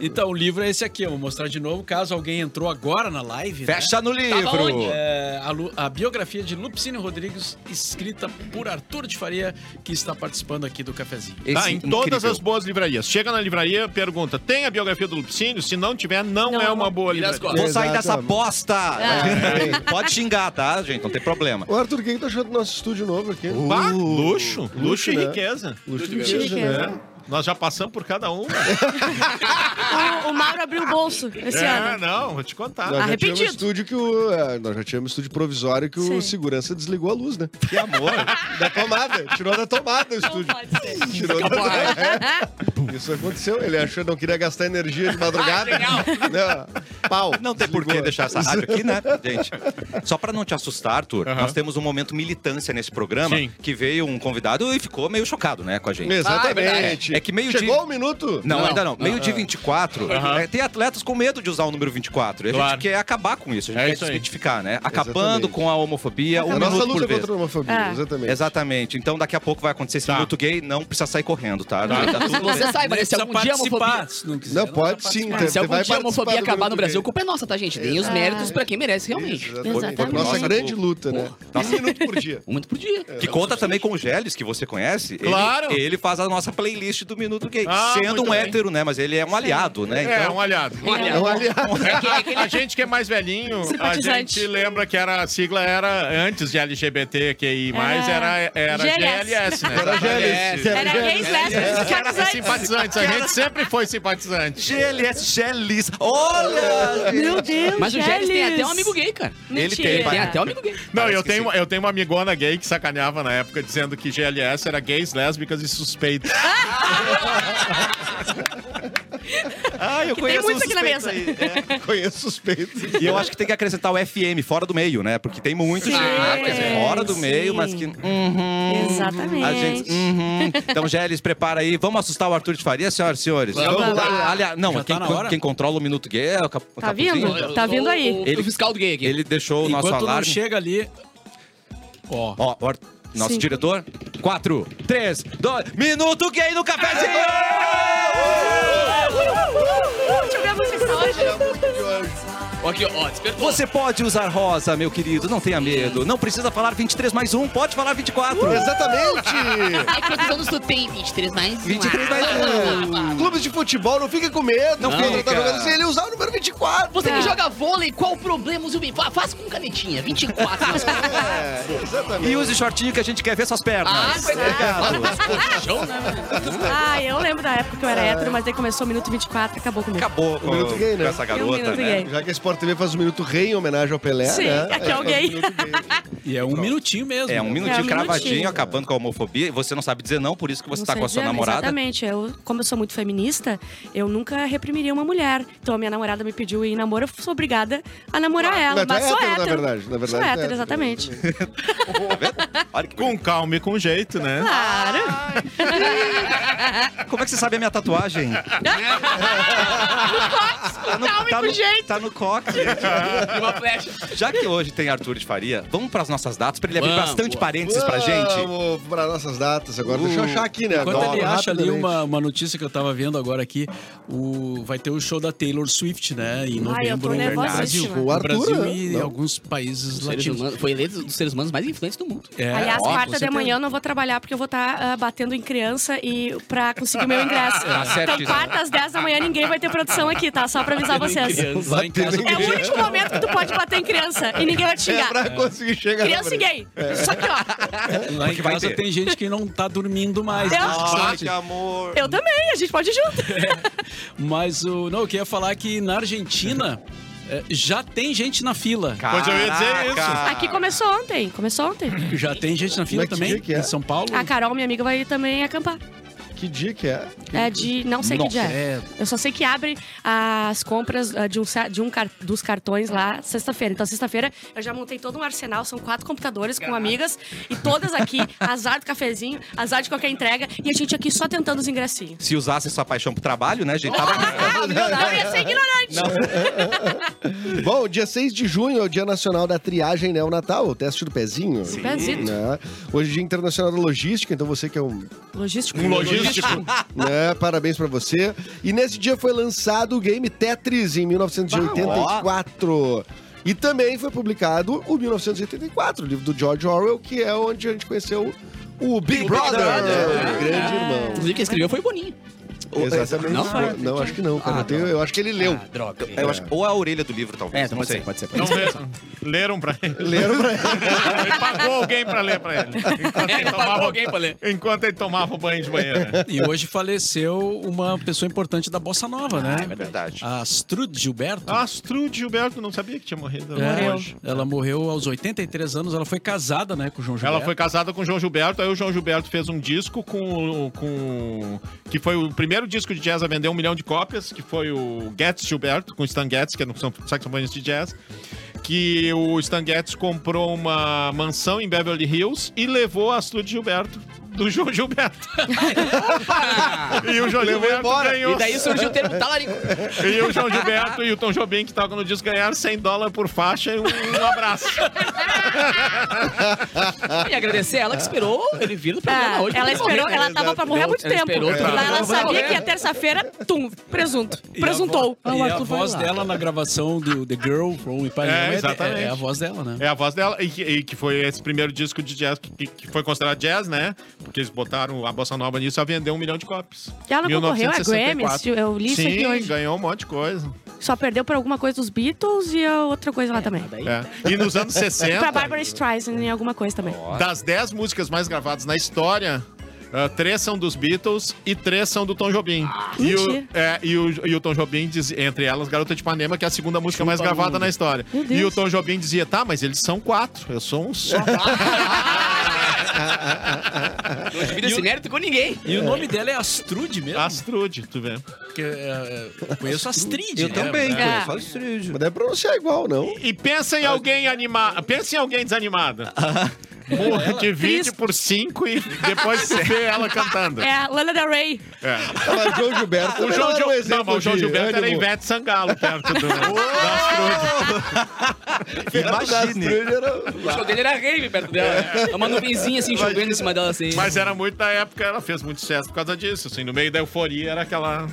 D: Então, o livro é esse aqui, eu vou mostrar de novo, caso alguém entrou agora na live. né?
A: Fecha no livro.
F: onde?
D: É, a, Lu- a biografia de Lupicínio Rodrigues, escrita por Arthur de Faria, que está participando aqui do cafezinho.
A: Esse
E: Tá, em todas
A: incrível.
E: as boas livrarias. Chega na livraria, pergunta: tem a biografia do Lupicínio? Se não tiver, não,
C: Não
E: é
C: é
E: uma
C: uma-
E: boa
F: Vira as
E: livraria.
A: Vou sair
B: Exatamente.
A: dessa bosta. Pode xingar, tá, gente? Não tem problema.
B: Ô, Arthur, o que que tu achou do nosso estúdio novo aqui?
E: Bah, luxo, luxo,
B: luxo,
E: e
B: né?
E: riqueza. É.
B: Luxo de
C: Luxo de
B: queijo,
C: queijo.
B: né?
E: Nós já passamos por cada um.
C: O, o Mauro abriu o bolso esse
E: é,
C: ano.
E: não, vou te contar.
B: Nós já
C: Arrependido.
B: tínhamos estúdio que o. é, nós já tínhamos estúdio provisório que o
C: Sim.
B: segurança desligou a luz, né?
A: Que amor.
B: *laughs* Da tomada. Tirou da tomada o estúdio.
C: ser.
F: é
B: Tirou
A: é
B: da Isso aconteceu. Ele achou que não queria gastar energia de madrugada. Não, Pau.
A: Ah, Não tem por que
B: Desligou.
A: deixar essa rádio aqui, né, gente? Só pra não te assustar, Arthur,
E: Aham.
A: nós temos um momento militância nesse programa
E: Sim.
A: que veio um convidado e ficou meio chocado, né, com a gente.
B: Exatamente.
A: Ah, é é que meio
B: Chegou
A: de-
B: um minuto?
A: Não,
F: Não,
A: ainda não. Meio dia 24.
E: Aham.
A: é, tem atletas com medo de usar o número 24. E a
E: Claro.
A: gente quer acabar com isso. A gente
E: É
A: quer
E: isso aí.
A: desmitificar, né? Acabando
B: Exatamente.
A: com a homofobia,
B: É
A: um
B: a nossa
A: minuto por
B: luta
A: vez.
B: contra a homofobia,
C: É.
B: exatamente.
A: Exatamente. Então daqui a pouco vai acontecer esse
E: Tá.
A: minuto gay, não precisa sair correndo, tá? Vai dar tudo
F: Você
A: certo.
F: sai, mas se
D: Precisa
F: algum dia a
D: participar,
F: homofobia...
D: se não quiser.
B: Não,
D: dá
B: pode
D: pra
B: sim.
D: participar.
B: tem-
F: Se
B: vai
F: algum dia a
B: participar
F: homofobia
B: do
F: acabar
B: grupo
F: no Brasil, a culpa é nossa, tá, gente? Deem os
C: Ah.
F: méritos pra quem merece realmente.
B: Foi- foi
C: Exatamente.
B: nossa é
A: Nossa,
B: grande luta, né? Um minuto por dia.
F: Um minuto por dia.
A: Que conta também com o Gélios, que você conhece. Ele-
E: Claro.
A: Ele, faz a nossa playlist do Minuto Gay.
E: Ah,
A: sendo
E: muito
A: um
E: bem.
A: hétero, né? Mas ele é um aliado, né?
E: É, um aliado.
B: É um aliado.
E: A gente que é mais velhinho, a
C: Simpatizante.
E: gente lembra que era, a sigla era antes de LGBTQI+, era, era
C: GLS.
E: GLS, né?
B: Era
E: GLS.
B: Gélice.
C: Era gays, lésbicas, simpatizantes.
E: Simpatizantes, a gente sempre foi simpatizante.
A: GLS, Gélis. Olha!
C: Meu Deus,
F: Mas o Gélis tem até um amigo gay, cara.
A: Ele tem,
C: Mentira.
F: Tem até um amigo gay.
E: Não,
A: Parece
E: eu
A: que
E: tenho, eu tenho uma amigona gay que sacaneava na época dizendo que GLS era gays, lésbicas e *laughs* suspeitos.
A: Ah, eu conheço
C: muitos
A: um
C: aqui na
A: suspeito
C: mesa.
A: aí. É.
B: Conheço suspeitos.
A: E eu acho que tem que acrescentar o FM, fora do meio, né? Porque tem muito
C: Sim.
A: gente
C: Ah,
A: pois é,
C: sim.
A: fora do meio, mas que... Uhum.
C: Exatamente.
A: A gente- uhum. Então, Gélis, prepara aí. Vamos assustar o Arthur de Faria, senhoras e senhores?
F: Vamos lá.
A: Aliás, não,
D: Já tá
A: quem,
D: na hora?
A: quem controla o Minuto Gay é o Cap-
C: Tá
A: Capuzinho.
C: vindo? Tá
F: Eu
C: vindo
F: sou
C: aí.
F: O,
A: Ele-
F: o fiscal do gay aqui.
A: Ele deixou o nosso
D: Enquanto não
A: alarme.
D: chega ali. Ó,
A: Ó, ó, nosso
C: Sim.
A: diretor. 4, 3, 2. Minuto gay no cafezinho!
C: Hum, tá
F: Aqui, ó, despertou.
A: Você pode usar rosa, meu querido, não tenha medo. Não precisa falar 23 mais 1, pode falar 24.
B: *laughs* Exatamente!
G: Ai, quantos anos tu tem? 23
F: um.
G: mais?
A: 23
F: Ah.
A: mais
B: É. Clubes de futebol, não fica com medo. Não,
A: fica.
B: Tá jogando sem ele usar o número 24.
G: Você
C: Tá.
G: que joga vôlei, qual o problema? Zumbi? Fa- Faz com canetinha, 24. mas-
B: É, exatamente.
A: E use shortinho que a gente quer ver suas pernas.
G: Ah, coitado.
C: Ah, eu lembro da época que eu era hétero, mas daí começou o minuto 24 e acabou comigo.
A: Acabou com,
B: Minuto gay,
A: com
B: né?
A: essa
C: Um E o
A: garota,
C: minuto
A: né?
C: gay.
B: Já que a Sport TV faz o Minuto Rei em homenagem ao Pelé,
C: Sim,
B: né?
C: aqui é o
B: faz
C: gay.
B: o Minuto Gay.
D: e é um minutinho mesmo.
A: É um
C: É
A: minutinho
C: um
A: cravadinho,
C: minutinho.
A: acabando com a homofobia. E você não sabe dizer não, por isso que você
C: Não
A: tá
C: sei
A: com a sua
C: dizer, mas
A: namorada.
C: Exatamente. Eu, como eu sou muito feminista, eu nunca reprimiria uma mulher. Então a minha namorada me pediu ir em namoro, eu sou obrigada a namorar ela.
B: Mas tu
C: Mas
B: é
C: sou
B: hétero,
C: hétero.
B: na verdade, na verdade,
C: sou
B: tu é
C: hétero,
B: hétero,
C: exatamente.
A: Tá vendo? Olha que bonito.
E: Com calma e com jeito, né?
C: Claro.
A: Como é que você sabe a minha
C: *laughs*
A: tatuagem? no cox, tá no, tá no, jeito. Tá no cox, gente.
F: E uma flecha.
A: Já que hoje tem Arthur de Faria, vamos pras nossas datas pra ele abrir
F: Vamos.
A: bastante parênteses pra gente.
B: Vamos para nossas datas agora. Deixa eu achar aqui, né?
D: Enquanto
B: Agora,
D: ele acha ali
B: rapidamente.
D: uma, uma notícia que eu tava vendo agora aqui, o, vai ter o show da Taylor Swift, né? Em novembro,
C: Ai, eu tô
D: no
C: nervosíssima.
D: Brasil,
B: O
D: no
B: Arthur,
D: Brasil
B: né?
D: e
B: Não.
D: em alguns países
F: Seres
D: latinos.
F: humanos- Foi eleito um dos seres humanos mais influentes do mundo.
D: É,
C: Aliás,
D: ó,
C: quarta
D: com
C: de
D: certeza.
C: manhã eu não vou trabalhar porque eu vou estar batendo em criança e pra conseguir o meu ingresso.
D: Tá
C: então,
A: certíssimo.
C: quarta às 10 da manhã ninguém vai ter produção aqui, tá? Só pra avisar vocês.
D: Criança, lá em casa,
C: É o único momento que tu pode bater em criança e ninguém vai te
B: É
C: xingar.
B: pra conseguir chegar. na
C: Criança e
B: frente. É.
C: gay. Só que, ó,
D: lá em
A: Porque vai
D: casa
A: ter.
D: tem gente que não tá dormindo mais.
C: Eu-
D: né?
A: Ai, que amor.
C: eu também, a gente pode ir junto.
D: Mas o. Não, eu queria falar que na Argentina é, já tem gente na fila.
E: Pois eu ia dizer isso.
B: Ah.
A: Caraca.
C: Aqui começou ontem, começou ontem.
D: Já tem gente na
B: Como é
D: fila
B: que dia
D: também,
B: que é?
D: em São Paulo.
C: A Carol, minha amiga, vai também acampar.
B: Que dia que é?
C: É de. Não sei que
A: Nossa,
C: dia é. Eu só sei que abre as compras ah, de um, sa- de um car- dos cartões lá sexta-feira. Então, sexta-feira, eu já montei todo um arsenal, são quatro computadores com amigas e todas aqui, azar do cafezinho, azar de qualquer entrega, e a gente aqui só tentando os ingressinhos.
A: Se usasse sua paixão pro trabalho, né, gente?
C: *laughs*
A: Tava...
C: Não, Ah, eu ia ser ignorante.
B: Bom, dia 6 de junho é o Dia Nacional da Triagem Neonatal, o teste do pezinho. Sim.
C: Pezito.
B: Hoje é Dia Internacional da Logística, então você que é um
C: Logístico.
E: Um logístico. *laughs*
B: né? Parabéns pra você. E nesse dia foi lançado o game Tetris em 1984. E também foi publicado o 1984, o livro do George Orwell, que é onde a gente conheceu o Big, Brother, né? o
E: É.
B: grande irmão.
F: Inclusive, quem escreveu foi o Boninho.
B: Exatamente.
F: Não?
B: Não, acho que não,
E: Ah, tá.
B: cara. eu, tenho- eu acho que ele leu.
F: Droga.
A: Eu acho- Ou a orelha do livro,
F: É,
A: talvez. não
F: então pode
A: sei.
F: ser, pode ser. Pode
E: Não
F: ser.
E: leram, leram pra ele.
B: Leram pra
E: *laughs* Ele pagou alguém pra ler pra ele. Enquanto
C: tá
F: Ele pagou alguém pra ler.
E: Enquanto ele tomava o banho de banheiro.
D: E hoje faleceu uma pessoa importante da Bossa Nova, né?
C: Ah,
A: É verdade.
D: A Astrud Gilberto.
E: Astrud Gilberto não sabia que tinha morrido
D: É,
E: hoje.
D: Ela morreu aos 83 anos, ela foi casada, né, com o João Gilberto.
E: Ela foi casada com o João Gilberto, aí o João Gilberto fez um disco com. o- com que foi o primeiro disco de jazz a vender um milhão de cópias, que foi o Getz Gilberto, com o Stan Getz, que era um sam- saxofonista de jazz. Que o Stan Getz comprou uma mansão em Beverly Hills e levou a Astrud Gilberto do João Gilberto.
F: Ah.
E: e *laughs* o João
A: Levou
E: Gilberto
A: embora.
E: ganhou.
G: E daí surgiu o termo talarico.
E: E o *laughs* João Gilberto e o Tom Jobim, que tocam no disco, ganharam 100 dólares por faixa e um, um abraço.
F: E agradecer ela que esperou ele vir no programa
C: Ah,
F: hoje.
C: ela
F: porque morreu,
C: esperou,
F: né?
C: ela tava pra morrer há muito
F: Ela
C: tempo.
F: esperou, tá?
C: Lá ela
F: Vai
C: sabia
F: morrer.
C: que ia terça-feira, tum, presunto.
D: E a
C: Presuntou. Ah,
D: vo- E a, voz dela na gravação do The Girl from Ipanema
E: É,
D: é,
E: exatamente.
D: é, a voz dela, né?
E: É a voz dela, e, que- e que foi esse primeiro disco de jazz que, que foi considerado jazz, né? Porque eles botaram a bossa nova nisso a vender um milhão de cópias.
C: E ela concorreu a Grammys,
E: 1964.
C: eu li isso
E: Sim,
C: aqui hoje.
E: ganhou um monte de coisa.
C: Só perdeu por alguma coisa dos Beatles e a outra coisa lá também.
E: É. E nos
C: *laughs*
E: anos
C: Pra
E: 60,
C: Barbara Streisand em alguma coisa também.
E: das 10 músicas mais gravadas na história, ah, três são dos Beatles e três são do Tom Jobim. e, o,
C: Ah, mentira.
E: é, e, o, e o Tom Jobim diz, entre elas, Garota de Ipanema, que é a segunda música mais gravada na história.
C: Meu Deus.
E: E o Tom Jobim dizia, tá, mas eles são quatro, eu sou um só.
C: *laughs*
G: Não divida esse mérito com ninguém.
D: E o nome dela é Astrude mesmo?
E: Astrude, tu vê.
D: Porque, é, eu conheço Astrid.
H: Eu
D: né?
H: também,
C: É.
H: conheço o Astrid.
B: Mas deve pronunciar igual, não?
E: E pensa em alguém animado. Pensa em alguém
B: *laughs*
E: desanimado. Porra, divide por 5 e depois você vê ela cantando.
C: É, Lana Del Rey.
E: É.
B: Mas o João Gilberto
E: O
B: também
E: João,
B: não era um
E: Gil... não,
B: exemplo
E: mas o João
B: de
E: Gilberto era
B: ânimo.
E: Ivete Sangalo perto do...
B: *laughs*
E: das
A: Imagine.
B: Astrid era-
F: O show dele era rave perto dela. É uma nuvenzinha assim, jogando em cima dela assim.
E: Mas era muito da época, ela fez muito sucesso por causa disso. Assim, no meio da euforia era aquela...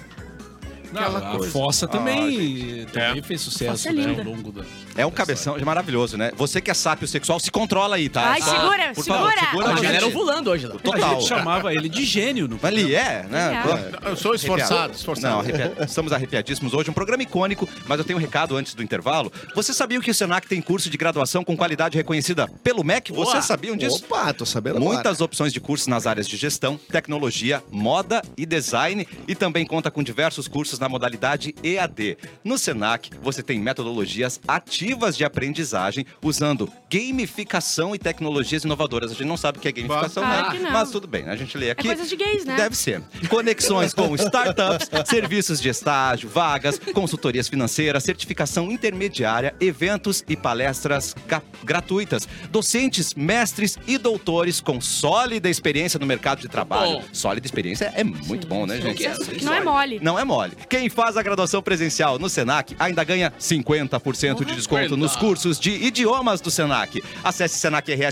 D: Não, a Fossa também, também
E: É.
D: fez
C: Fossa
D: sucesso
C: é
D: né,
C: linda.
D: ao longo da...
A: É um cabeção maravilhoso, né? Você que é sábio sexual, se controla aí, tá?
C: Ai,
A: Só-
C: segura,
A: por favor,
C: segura.
A: segura.
F: Ah,
A: a
F: já
A: gente.
F: era ovulando hoje lá.
D: A
A: Total.
D: gente chamava ele de gênio no
A: Ali é, né?
C: Obrigada.
E: Eu sou esforçado,
A: Não,
E: esforçado.
A: arrepia- estamos arrepiadíssimos hoje, um programa icônico, mas eu tenho um recado antes do intervalo. Você sabia que o Senac tem curso de graduação com qualidade reconhecida pelo MEC? Vocês
B: um
A: sabiam disso?
B: Opa, tô sabendo agora.
A: Muitas opções de cursos nas áreas de gestão, tecnologia, moda e design e também conta com diversos cursos na modalidade EAD. No Senac, você tem metodologias ativas de aprendizagem usando gamificação e tecnologias inovadoras. A gente não sabe o que é gamificação,
C: Claro
A: né?
C: que não.
A: Mas tudo bem, né? a gente lê aqui.
C: coisa de gays, né?
A: Deve ser. Conexões com startups, serviços de estágio, vagas, consultorias financeiras, certificação intermediária, eventos e palestras ga- gratuitas. Docentes, mestres e doutores com sólida experiência no mercado de trabalho.
F: bom.
A: Sólida experiência é muito bom, né, gente?
C: Isso que não é mole.
A: Não é mole. Quem faz a graduação presencial no Senac ainda ganha 50% de desconto nos cursos de idiomas do Senac. Acesse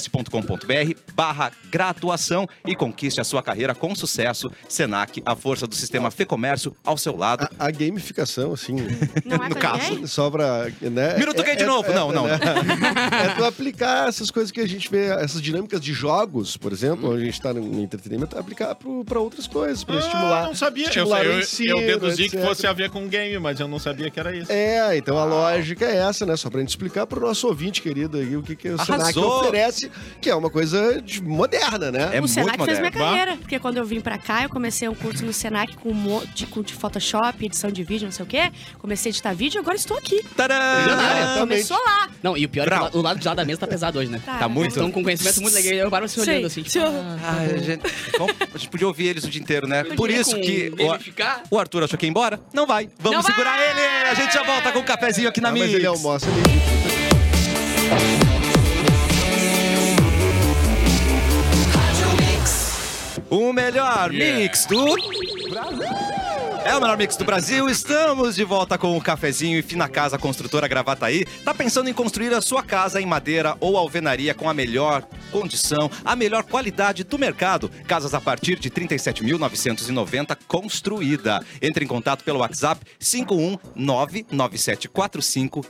A: senacrs.com.br barra graduação e conquiste a sua carreira com sucesso. Senac, a força do sistema Fê Comércio ao seu lado.
B: A, a gamificação, assim,
C: Não é
A: No
C: pra
A: caso.
C: ninguém?
B: só pra... Né?
A: Minuto
B: é-
A: gay de
B: é-
A: novo.
B: é-
A: Não,
B: é-
A: não.
B: É tu aplicar essas coisas que a gente vê, essas dinâmicas de jogos, por exemplo, onde a gente tá no entretenimento, aplicar pro, pra outras coisas, pra
E: Ah,
B: estimular.
E: não sabia. Eu,
B: estimular o
E: eu, eu
B: ensino,
E: deduzi que
B: etc.
E: fosse a ver com game, mas eu não sabia que era isso.
B: É, então a lógica é essa, né? Só pra gente explicar pro nosso ouvinte querido aí o que, que o Senac
A: Arrasou.
B: oferece, que é uma coisa de- moderna, né?
A: É
C: o
A: muito
C: Senac fez minha
A: moderno.
C: carreira, porque quando eu vim pra cá, eu comecei um curso no Senac com um monte de, com- de Photoshop, edição de vídeo, não sei o quê. Comecei a editar vídeo e agora estou aqui.
A: *laughs*
B: Ah,
A: Tadã!
B: Exatamente.
C: Começou lá.
F: Não, e o pior é que
A: Brau.
F: o lado de lá da mesa tá pesado hoje, né?
A: Tá muito.
F: Estão com conhecimento muito legal. Eu paro se olhando assim.
C: Sim.
F: Tipo, ah,
A: Ai, gente. Bom, a gente podia ouvir eles o dia inteiro, né? Por
F: podia
A: isso
F: com-
A: que o,
F: Verificar.
A: o Arthur achou que ia embora. Não vai. Vamos
C: Não vai!
A: segurar ele. A gente já volta com o cafezinho aqui na
B: Ah,
A: minha.
B: mas ele almoça ali.
A: O melhor mix do É o melhor mix do Brasil. Estamos de volta com o cafezinho e Fina Casa Construtora Gravataí. Tá pensando em construir a sua casa em madeira ou alvenaria com a melhor condição, a melhor qualidade do mercado? Casas a partir de 37.990 construída. Entre em contato pelo WhatsApp 51997457131.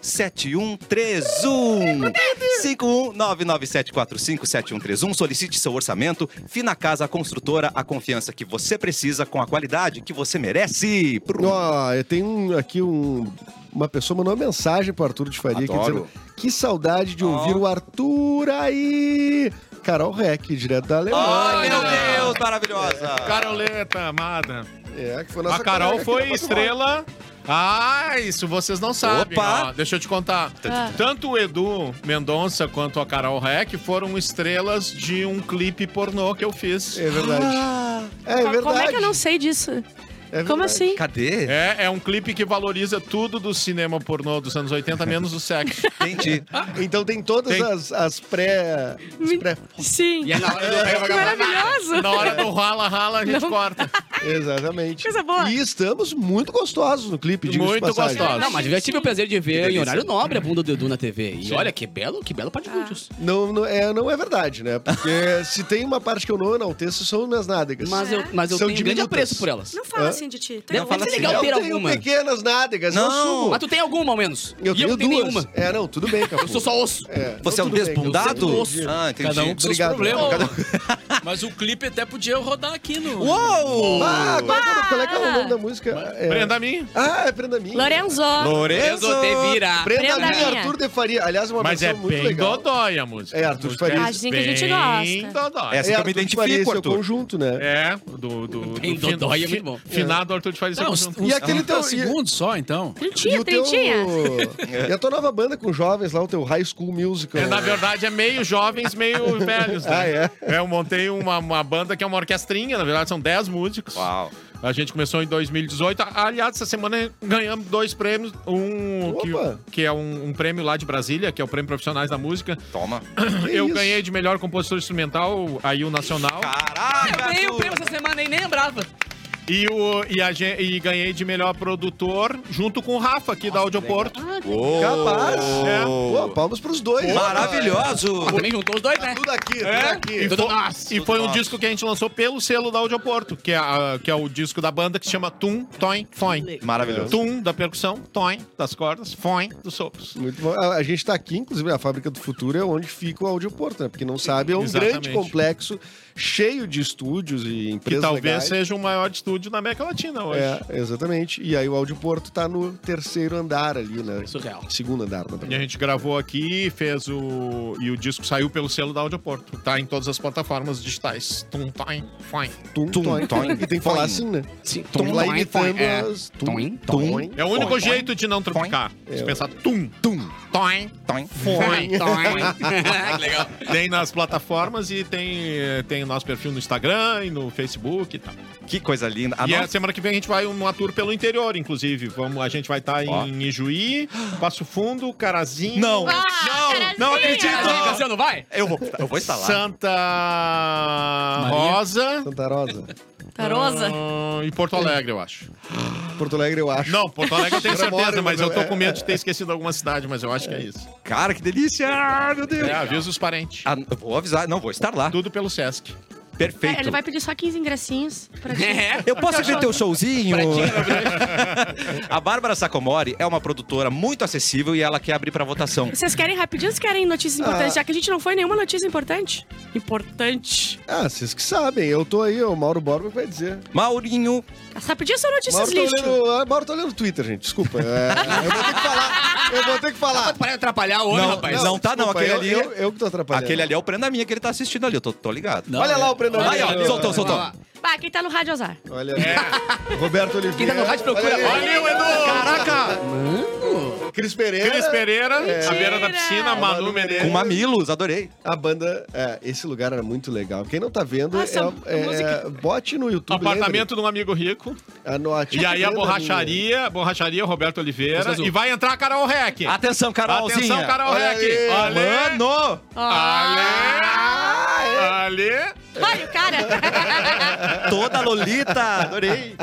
A: 51997457131. Solicite seu orçamento. Fina Casa Construtora, a confiança que você precisa com a qualidade que você merece. Prum.
B: Ó, eu tenho um- aqui um- uma pessoa mandou uma mensagem pro Arthur de Faria aqui
A: Adoro.
B: dizendo que saudade de ouvir o Arthur aí. Carol Reck, direto da
A: Oh,
B: Alemanha.
A: meu Deus, maravilhosa!
E: Caroleta, amada.
B: É, que foi
E: A Carol
B: colega
E: foi
B: aqui da Pato
E: estrela. Ah, isso vocês não sabem.
A: Opa!
E: ó. deixa eu te contar. Tanto o Edu Mendonça quanto a Carol Reck foram estrelas de um clipe pornô que eu fiz.
B: Rock. É verdade. É
F: Ah.
C: Como
B: verdade.
C: é que eu não sei disso?
B: É
C: Como
B: verdade.
C: assim?
A: Cadê?
E: É, é um clipe que valoriza tudo do cinema pornô dos anos 80, menos o sexo.
A: Entendi.
B: Então tem todas
E: Ah. Tem.
B: as, as pré. as
C: Me-
B: pré-
C: Sim.
F: E é na hora do
C: Maravilhoso.
E: Na hora do rala, rala, a gente corta.
B: Exatamente.
C: Coisa boa.
B: E estamos muito gostosos no clipe, diga
E: Muito gostosos.
F: "Ah, Não, mas eu já tive o prazer de ver em
A: delícia.
F: horário nobre a bunda do Edu na TV. E olha, que belo, que belo
C: Ah.
F: patibúndios.
B: Não, não, é, não é verdade,
E: *laughs*
B: né? Porque se tem uma parte que eu não enalteço, são minhas nádegas.
F: Mas eu,
C: é.
F: mas eu
B: São
F: tenho grande
B: diminutas.
F: apreço por elas.
C: Não fala
B: Hã?
C: assim de ti. Tá
F: Não,
C: bom.
F: fala
C: Mas
F: assim.
C: é
F: legal
B: eu
F: ter
B: tenho
F: alguma.
B: pequenas nádegas, eu
A: Não.
B: assumo.
F: Mas tu tem alguma, ao menos.
B: Eu
F: e eu
B: tenho
F: não tenho
B: duas.
F: nenhuma.
B: É, não, tudo bem, Capu.
F: Eu sou só osso.
B: É,
A: Você é
B: não,
A: um
B: tudo bem,
A: desbundado?
B: eu sei, entendi.
A: Ah, entendi.
D: Cada um com seus
B: Obrigado.
D: problemas.
B: Cada
D: *laughs* Mas o clipe até podia rodar aqui no.
A: Uou!
B: Ah, agora, agora, qual é que é o nome da música? É...
E: Prenda a mim.
B: Ah, é Prenda Minha.
C: Lorenzo.
A: Lorenzo!
F: te vira.
B: Prenda,
C: Prenda
B: Minha,
C: Minha.
B: Arthur de Faria. Aliás, uma
E: Mas
B: versão
E: é
B: muito
E: bem
B: legal.
E: dodói a música.
B: É, Arthur de
E: música é
B: Faria.
C: Assim que a gente
E: bem
C: gosta.
E: dodói.
A: Essa que eu me
B: Arthur de
A: identifico,
B: Faria, esse é o
A: Arthur.
B: conjunto, né?
E: É, do... do,
F: Bem
E: do
F: dodói é
E: fi-
F: muito bom.
E: Finado Arthur de Faria.
D: Não,
E: seu
D: uns,
E: conjunto.
B: E
D: uns
B: aquele
D: 30
B: teu- e-
D: segundos só, então.
B: E
C: Trintinha,
B: o teu-
C: trintinha.
B: *laughs* E a tua nova banda com jovens lá, o teu High School Musical.
E: É, na verdade, é meio jovens, meio velhos, né?
B: *laughs* Ah, é?
E: Eu montei uma, uma banda que é uma orquestrinha, na verdade, são 10 músicos.
A: Uau.
E: A gente começou em 2018. Aliás, essa semana ganhamos dois prêmios. Um que,
B: Opa!
E: que é um, um prêmio lá de Brasília, que é o Prêmio Profissionais da Música.
A: Toma.
E: Eu
B: isso?
E: ganhei de melhor compositor instrumental, aí o Nacional.
A: Caraca!
F: Eu dei o
A: Arthur.
F: prêmio essa semana e nem lembrava.
E: E, o, e, a gen- e ganhei de melhor produtor, junto com o Rafa, aqui da Audioporto.
A: Uou.
B: Capaz.
E: É.
B: Pô, palmas pros dois.
A: Maravilhoso!
F: Ah, também juntou os dois,
B: Tá
F: né?
B: tudo aqui, tudo
E: É,
B: aqui.
E: e,
F: Tudo
E: foi,
F: nosso,
E: e foi um
A: nosso.
E: disco que a gente lançou pelo selo da Audioporto, que é, a- que é o disco da banda que se chama Tum, Toin, Foin.
A: Maravilhoso.
E: Tum, da percussão, Toin, das cordas, Foin, dos sopros.
B: Muito bom. A, a gente tá aqui, inclusive, a Fábrica do Futuro é onde fica o Audioporto, né? Porque não sabe, é um
E: Exatamente.
B: grande complexo cheio de estúdios e
E: Que
B: empresas
E: talvez
B: legais.
E: seja o maior estúdio na América Latina hoje.
B: É, exatamente. E aí o Audioporto tá no terceiro andar ali, né?
F: Surreal.
B: Segundo andar, né? na
E: E a
B: verdade.
E: gente gravou aqui, fez o. E o disco saiu pelo selo da Audioporto. Tá em todas as plataformas digitais. Tum, time, fine.
B: Tum, toim, toim. E tem que falar assim, né?
F: Sim.
B: Tum, lá imitando
F: é.
B: as... Tum,
F: Toim,
B: toim.
E: É o único jeito de não tropicar.
B: É.
E: Se pensar tum, tum, toim,
A: Toim.
E: foin.
F: Que legal.
E: Tem nas plataformas e tem, tem o nosso perfil no Instagram e no Facebook e tal.
A: Que coisa linda. A
E: e é a
A: nossa-
E: semana que vem a gente vai um, uma tour pelo interior, inclusive. Vamos, a gente vai estar
A: Ó.
E: em Ijuí, Passo Fundo, Carazinho.
A: Não!
C: Ah, Carazinha!
A: não! Não
F: Ah,
A: acredito!
F: Cassiano, não vai?
A: Eu vou, eu vou instalar.
E: Santa
D: Maria.
E: Rosa
B: Santa Rosa.
C: Tarosa.
E: ah, e Porto Alegre, eu acho.
B: Porto Alegre, eu acho.
E: Não, Porto Alegre eu tenho
B: Agora mora
E: certeza,
B: em
E: mas eu tô
B: Porto-
E: com medo de ter esquecido alguma cidade, mas eu acho que é isso.
A: Cara, que delícia! Ah, meu Deus!
E: É, avisa os parentes.
A: Ah, eu vou avisar. Não, vou estar lá.
E: Tudo pelo Sesc.
A: Perfeito.
C: É, ele vai pedir só 15 ingressinhos pra ti.
F: É.
A: Eu posso ver teu showzinho? *laughs* a Bárbara Sacomori é uma produtora muito acessível e ela quer abrir pra votação.
C: Vocês querem rapidinho ou vocês querem notícias
B: Ah.
C: importantes? Já que a gente não foi nenhuma notícia importante. Importante.
B: Ah, vocês que sabem. Eu tô aí, o Mauro Borba que vai dizer.
A: Maurinho,
C: Rapidinho são notícias
B: Mauro tá,
C: é lixo.
B: olhando, ah, Mauro tá olhando o Twitter, gente. Desculpa. É, eu vou ter que falar. Eu vou ter que falar.
F: Para de atrapalhar o homem,
A: Não,
F: rapaz.
A: não. tá,
B: desculpa,
A: aquele
B: eu-
A: ali-
B: Eu, eu que tô atrapalhando.
A: aquele ali é o prenda minha que ele tá assistindo ali, eu tô, tô ligado.
D: Não,
B: Olha
D: é-
B: lá o Breno.
A: Aí, ó, soltou,
F: Vai
A: soltou.
F: lá.
C: Bah, quem tá no rádio azar.
B: Olha ali. Roberto Oliveira.
F: Quem tá no rádio procura.
B: Olha ali.
F: Olha o Edu!
E: Caraca!
B: Cris Pereira.
E: Cris Pereira, a beira da piscina, Manu
B: Manu
E: Menezes.
A: Com mamilos, adorei.
B: A banda... é, esse lugar era muito legal. Quem não tá vendo,
C: Nossa,
B: é, é-
C: música.
B: bote no YouTube.
E: Apartamento de um amigo rico.
B: lembre, anote.
E: E aí a
B: Prenda minha.
E: borracharia, borracharia Roberto
D: Coisa
E: Oliveira.
D: azul.
E: E vai entrar a Carol Reck.
A: Atenção, Carolzinha.
E: Atenção, Carol
B: Olha
E: Reck.
B: aí.
E: Ale,
A: Mano!
E: Ale, Ale.
C: Olha o
B: *laughs*
C: cara.
A: Toda Lolita! Adorei!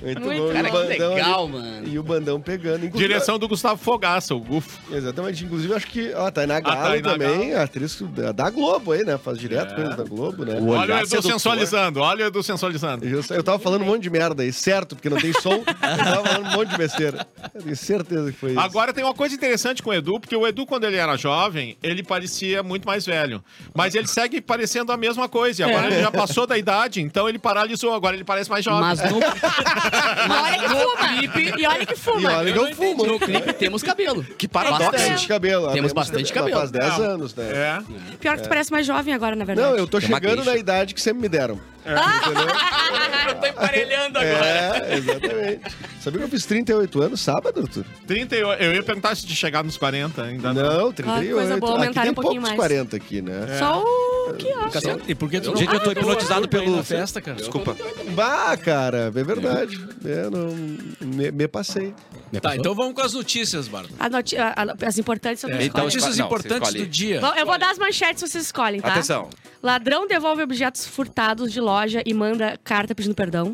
B: Muito,
C: Muito
B: bom. E o
F: Cara, que
B: bandão ali-
F: legal, mano.
B: E o bandão pegando. Inclusive,
E: Direção do Gustavo Fogaça, o Gufo.
B: Exatamente. Inclusive, acho que ó, a Tainá Galo
E: Tainá
B: também, atriz que- da, da Globo aí, né? Faz direto coisas da Globo, né?
A: Olhar
E: Olha o Edu
A: sedutor.
E: sensualizando, olha o Edu sensualizando.
B: Eu, eu tava falando um monte de merda aí, certo? Porque não tem som. eu tava falando um monte de besteira. Eu tenho certeza que foi isso.
E: Agora tem uma coisa interessante com o Edu, porque o Edu, quando ele era jovem, ele parecia muito mais velho. Mas ele segue parecendo a mesma coisa. E agora ele já passou da idade, então ele paralisou, agora ele parece mais jovem.
F: Mas no,
C: Mas *laughs* olha que fuma. E olha que
B: E
C: fuma.
B: olha que eu fumo.
F: no clipe temos cabelo.
A: Que paradoxo!
B: Bastante cabelo. ah,
F: Temos bastante cabelo.
B: Faz 10 anos, né?
E: É.
C: Pior que tu parece mais jovem agora, na verdade.
B: Não, eu tô
A: Tem uma
B: chegando
A: queixa.
B: na idade que sempre me deram.
C: *laughs*
F: Eu tô emparelhando
B: É, exatamente. Sabia que eu fiz 38 anos sábado, Arthur?
E: 38. Eu ia perguntar se de chegar nos 40 ainda.
B: Não, 38.
C: coisa boa,
B: Aqui
C: aumentar
B: tem
C: um pouquinho
B: poucos
C: mais.
B: 40 aqui, né?
C: Só o Como que acha?
D: E por que tu
I: Eu
D: Gente,
I: não-
D: eu tô
I: Ah, eu
D: hipnotizado
I: tô aí
D: pelo
I: na
D: festa, cara.
A: Desculpa.
B: Bah, cara, é verdade. É, não, me, me passei.
D: Tá, então vamos com as notícias, Bárbara.
C: A noti- a- a- as importantes são
A: Então,
D: notícias
A: escolhe- não,
D: importantes
A: você escolhe.
D: do dia.
C: Eu vou dar as manchetes, vocês escolhem, tá?
A: Atenção.
C: Ladrão devolve objetos furtados de loja e manda carta pedindo
B: *laughs*
C: perdão.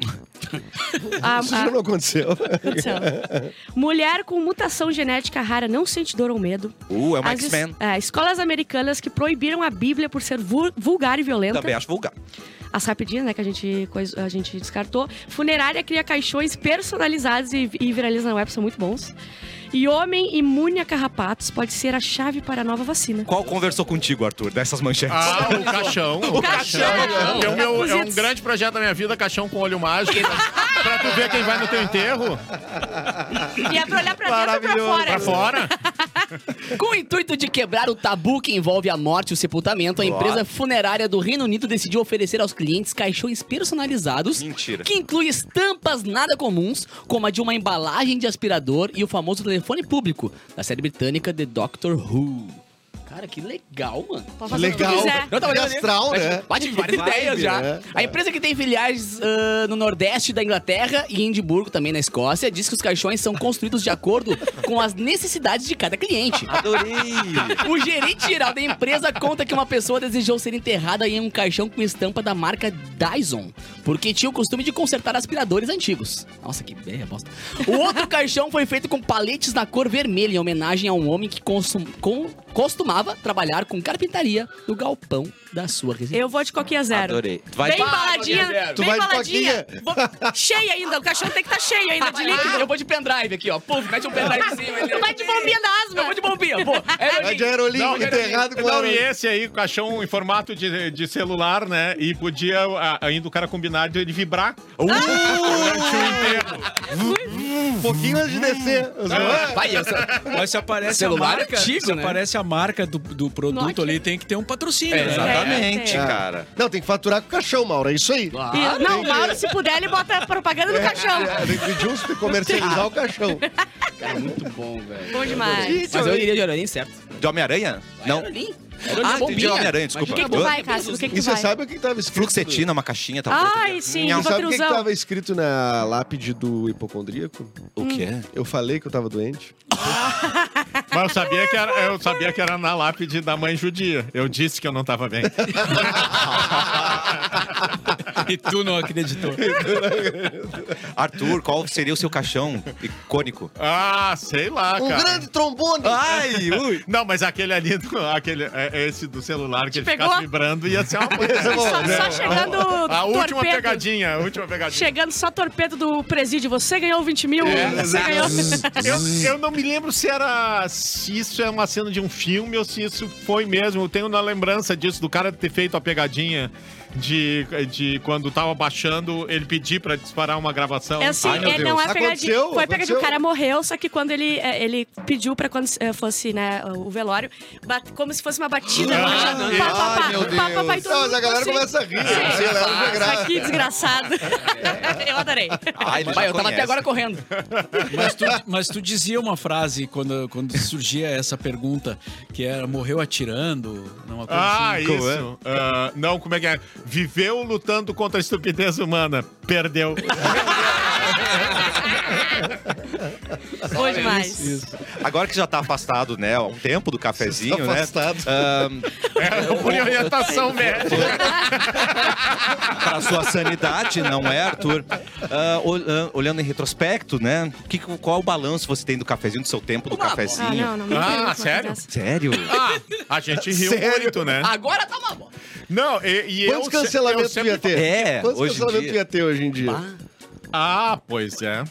C: A-
B: Isso já
C: a-
B: não aconteceu. *laughs*
C: Aconteceu. Mulher com mutação genética rara não sente dor ou medo.
A: Uh, é um
C: As es-
A: X-Men.
C: é, escolas americanas que proibiram a Bíblia por ser vu- vulgar e violenta.
A: Também acho vulgar.
C: As rapidinhas, né, que a gente, cois- a gente descartou. Funerária cria caixões personalizados e, e viraliza na web, são muito bons. E homem imune a carrapatos pode ser a chave para a nova vacina.
A: Qual conversou contigo, Arthur, dessas manchetes?
E: Ah, o caixão. O
C: caixão.
E: É, o meu- é um
C: Capuzitos.
E: grande projeto da minha vida, caixão com olho mágico. pra tu ver quem vai no teu enterro.
C: E é pra olhar pra dentro ou pra
B: Maravilhoso.
C: fora?
E: Pra fora.
F: Com o intuito de quebrar o tabu que envolve a morte e o sepultamento, a empresa funerária do Reino Unido decidiu oferecer aos clientes caixões personalizados.
A: Mentira.
F: Que inclui estampas nada comuns, como a de uma embalagem de aspirador e o famoso telefone público da série britânica The Doctor Who. Cara, que legal, tá mano.
C: Pode fazer o que
B: Legal.
C: quiser.
F: Eu tava olhando ali.
B: Astral, né?
F: Bate várias
B: Vibe,
F: ideias já.
B: né?
F: A empresa que tem filiais ah, no Nordeste da Inglaterra e em Edimburgo, também na Escócia, diz que os caixões são construídos de acordo com as necessidades de cada cliente.
A: Adorei.
F: *laughs* O gerente geral da empresa conta que uma pessoa desejou ser enterrada em um caixão com estampa da marca Dyson, porque tinha o costume de consertar aspiradores antigos. Nossa, que ideia bosta. O outro caixão foi feito com paletes na cor vermelha, em homenagem a um homem que consum- com- costumava trabalhar com carpintaria no galpão da sua residência.
C: Eu vou de coquinha zero.
A: Adorei. Tu vai
C: bem embaladinha,
F: Coquinha Zero.
B: Tu
C: bem
B: vai de
C: embaladinha. Vou- Cheia ainda, o caixão tem que estar cheio ainda de líquido.
F: *laughs* Eu vou de pendrive aqui, ó. Puf, mete um pendrivezinho. ele-
C: Tu vai de bombinha da asma.
F: Eu vou de bombinha, pô. É,
B: Vai de aerolinho,
E: Não,
B: enterrado com
E: Não, e
B: aerolinho.
E: esse aí, o caixão em formato de, de celular, né? E podia a- ainda o cara combinar de ele vibrar. Durante o enterro.
B: Um pouquinho antes de descer.
F: Hum. Vai, eu sou-
D: Mas se aparece
F: Celular
D: a marca,
F: antigo,
D: se
F: né?
D: aparece a marca do, do produto
C: Nokia.
D: ali, tem que ter um patrocínio. né?
A: É, Exatamente,
B: Ah.
A: cara.
B: Não, tem que faturar com o caixão, Mauro. É isso aí.
C: E- não, Mauro, se puder, ele bota a propaganda no caixão.
B: É, tem que pedir uns pra comercializar
C: *laughs*
B: o caixão.
F: Cara, muito bom, velho.
C: Bom demais.
F: Mas eu iria de Aerolim, certo?
A: De Homem-Aranha? Não.
F: Aerolim.
A: Ah, entendi. Homem-Aranha, desculpa.
C: O que, que tu vai, Cássio? O que, que
B: E
C: tu
B: você
C: vai?
B: sabe o que tava escrito?
A: Fluxetina, uma caixinha, talvez.
C: Ai, sim,
A: Nham.
B: E sabe o que, que
C: vaporuzão.
B: tava escrito na lápide do hipocondríaco?
A: O quê?
B: Eu falei que eu tava doente.
E: Mas eu sabia, que era, eu sabia que era na lápide da mãe judia. Eu disse que eu não tava bem.
D: E tu não acreditou.
A: Arthur, qual seria o seu caixão icônico?
E: Ah, sei lá,
B: Um
E: cara.
B: grande trombone!
A: Ai, ui.
E: Não, mas aquele ali, *laughs* do- aquele, é- esse do celular que ele
C: pegou?
E: ficasse vibrando ia
B: *laughs*
E: ser uma
B: Essa é
E: coisa. assim.
B: boa.
C: Só, só chegando
E: A última
C: torpedo.
E: pegadinha, a última pegadinha.
C: Chegando só torpedo do presídio. Você ganhou 20 mil,
B: É,
C: você ganhou...
E: É,
B: Hum.
E: Eu, eu não me lembro se era. se isso é uma cena de um filme ou se isso foi mesmo. Eu tenho na lembrança disso, do cara ter feito a pegadinha de, de quando tava baixando, ele pedir pra disparar uma gravação.
C: É assim,
A: Ai, meu
C: é, não é
B: Deus.
C: pegadinha.
B: Aconteceu,
C: Foi pegadinha,
B: aconteceu.
C: o cara morreu, só que quando ele, é, ele pediu pra quando é, fosse, né, o velório, bat- como se fosse uma batida.
E: Ah,
C: pá,
E: não.
C: pá, pá, pá,
A: Ai, meu
C: pá, pá, pá, e todo
B: Não, mas
C: mundo
B: a galera
C: assim,
B: começa a rir.
C: Sim.
B: Assim, a galera foi
C: "Ah,
B: graça.
C: Que desgraçado. *laughs* Eu adorei.
A: Ai, ele já
F: Vai, eu tava
A: conhece.
F: até agora correndo.
D: Mas tu, mas tu dizia uma frase quando, quando surgia essa pergunta, que era morreu atirando, não uma coisa
E: Ah,
D: assim.
E: isso. Ah, não, como é que é? Viveu lutando contra a estupidez humana.
C: *laughs*
E: Perdeu.
C: Bom demais.
A: Agora que já tá afastado, né? Há um tempo do cafezinho,
B: Tá
A: né?
B: afastado.
A: Ahn,
E: É por orientação médica.
A: pra sua sanidade, não é, Arthur? Ah, ol- ah, olhando em retrospecto, né? Que, que- qual o balanço você tem do cafezinho, do seu tempo do
C: Ah,
A: cafezinho?
C: não, não me
E: Ah,
C: pergunta uma
E: sério?
C: coisa
G: *laughs*
C: dessa.
A: Sério?
E: Ah, a gente riu
B: Sério?
E: muito,
G: É.
E: né?
F: Agora tá uma boa.
E: Não, e, e eu.
B: Quantos
E: se- eu
B: cancelamentos tu
E: sempre
B: ia ter?
A: É,
B: Quantos
A: hoje em
B: cancelamentos tu
A: dia.
B: ia ter hoje em dia?
E: Ah, pois é.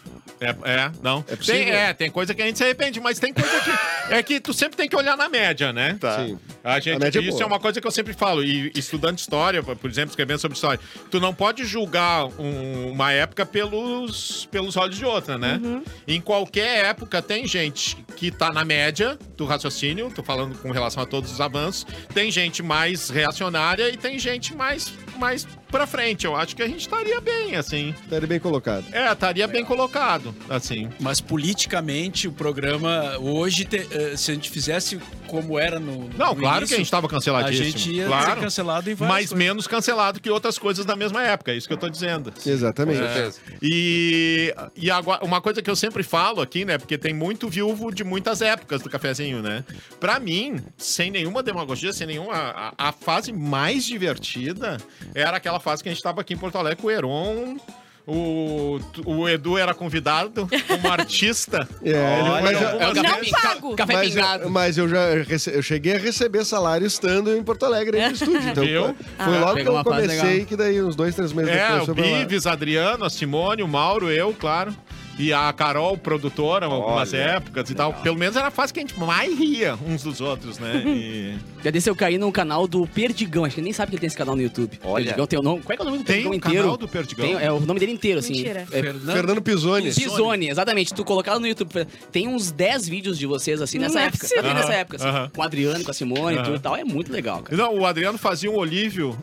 E: É, é, não. É
B: possível?
E: tem, é, tem coisa que a gente se arrepende, mas tem coisa que. *laughs* é que tu sempre tem que olhar na média, né?
B: Tá. Sim.
E: A
B: A
E: gente,
B: média é
E: isso
B: boa.
E: é uma coisa que eu sempre falo, e estudando história, por exemplo, escrevendo sobre história, tu não pode julgar um- uma época pelos, pelos olhos de outra, né?
B: Uhum.
E: Em qualquer época tem gente que tá na média do raciocínio, tô falando com relação a todos os avanços, tem gente mais reacionária e tem gente mais, mais pra frente, eu acho que a gente estaria bem, assim.
B: Tá ele bem colocado.
E: É, estaria bem colocado, assim.
D: Mas politicamente o programa hoje, te- eh, se a gente fizesse como era no. no
E: Não, claro que a gente
D: início,
E: estava
D: a
E: canceladíssimo.
D: gente ia ser
E: claro,
D: cancelado em várias
E: mas
D: coisas.
E: menos cancelado que outras coisas da mesma época, é isso que eu tô dizendo.
B: Exatamente.
H: certeza.
E: E, e agora, uma coisa que eu sempre falo aqui, né? Porque tem muito viúvo de muitas épocas do cafezinho, né? Pra mim, sem nenhuma demagogia, sem nenhuma. A, a fase mais divertida era aquela fase que a gente tava aqui em Porto Alegre com o Heron. O, o Edu era convidado
C: *laughs*
E: como artista.
B: É, ele-
A: Olha, eu-
B: mas, eu-
G: É o
C: Não
G: pingado.
C: pago.
G: Café
B: mas eu-
G: pingado.
B: mas eu já rece- eu cheguei a receber salário estando em Porto Alegre aí no estúdio. Então,
E: Viu?
B: Foi logo que
G: Pegou
B: eu
G: uma fase
B: comecei,
G: legal.
B: que daí uns dois, três meses
E: É,
B: depois
E: o
B: eu fui pra lá.
E: Bives, Adriano, a Simone, o Mauro, eu, claro. E a Carol, produtora, algumas
A: Olha,
E: épocas e tal. Pelo menos era a fase que a gente mais ria uns dos outros, né?
B: *laughs*
E: E
G: Já desse eu caí num canal do Perdigão. Acho que ele nem sabe que ele tem esse canal no YouTube.
A: Olha.
G: Perdigão tem o nome. Qual é, que é o nome do
E: tem
G: Perdigão
E: o
G: inteiro?
E: canal do Perdigão.
G: Tem- é o nome dele inteiro, assim.
C: Mentira.
G: É
B: Fernando Pisoni.
G: Pisone, exatamente. Tu colocado no YouTube. Tem uns 10 vídeos de vocês, assim, nessa
C: Não é
G: época.
C: possível.
G: Também nessa época, assim.
E: Aham.
G: Com o Adriano, com a Simone
E: Aham.
G: tudo e tal. É muito legal, cara.
E: Não, o Adriano fazia um Olívio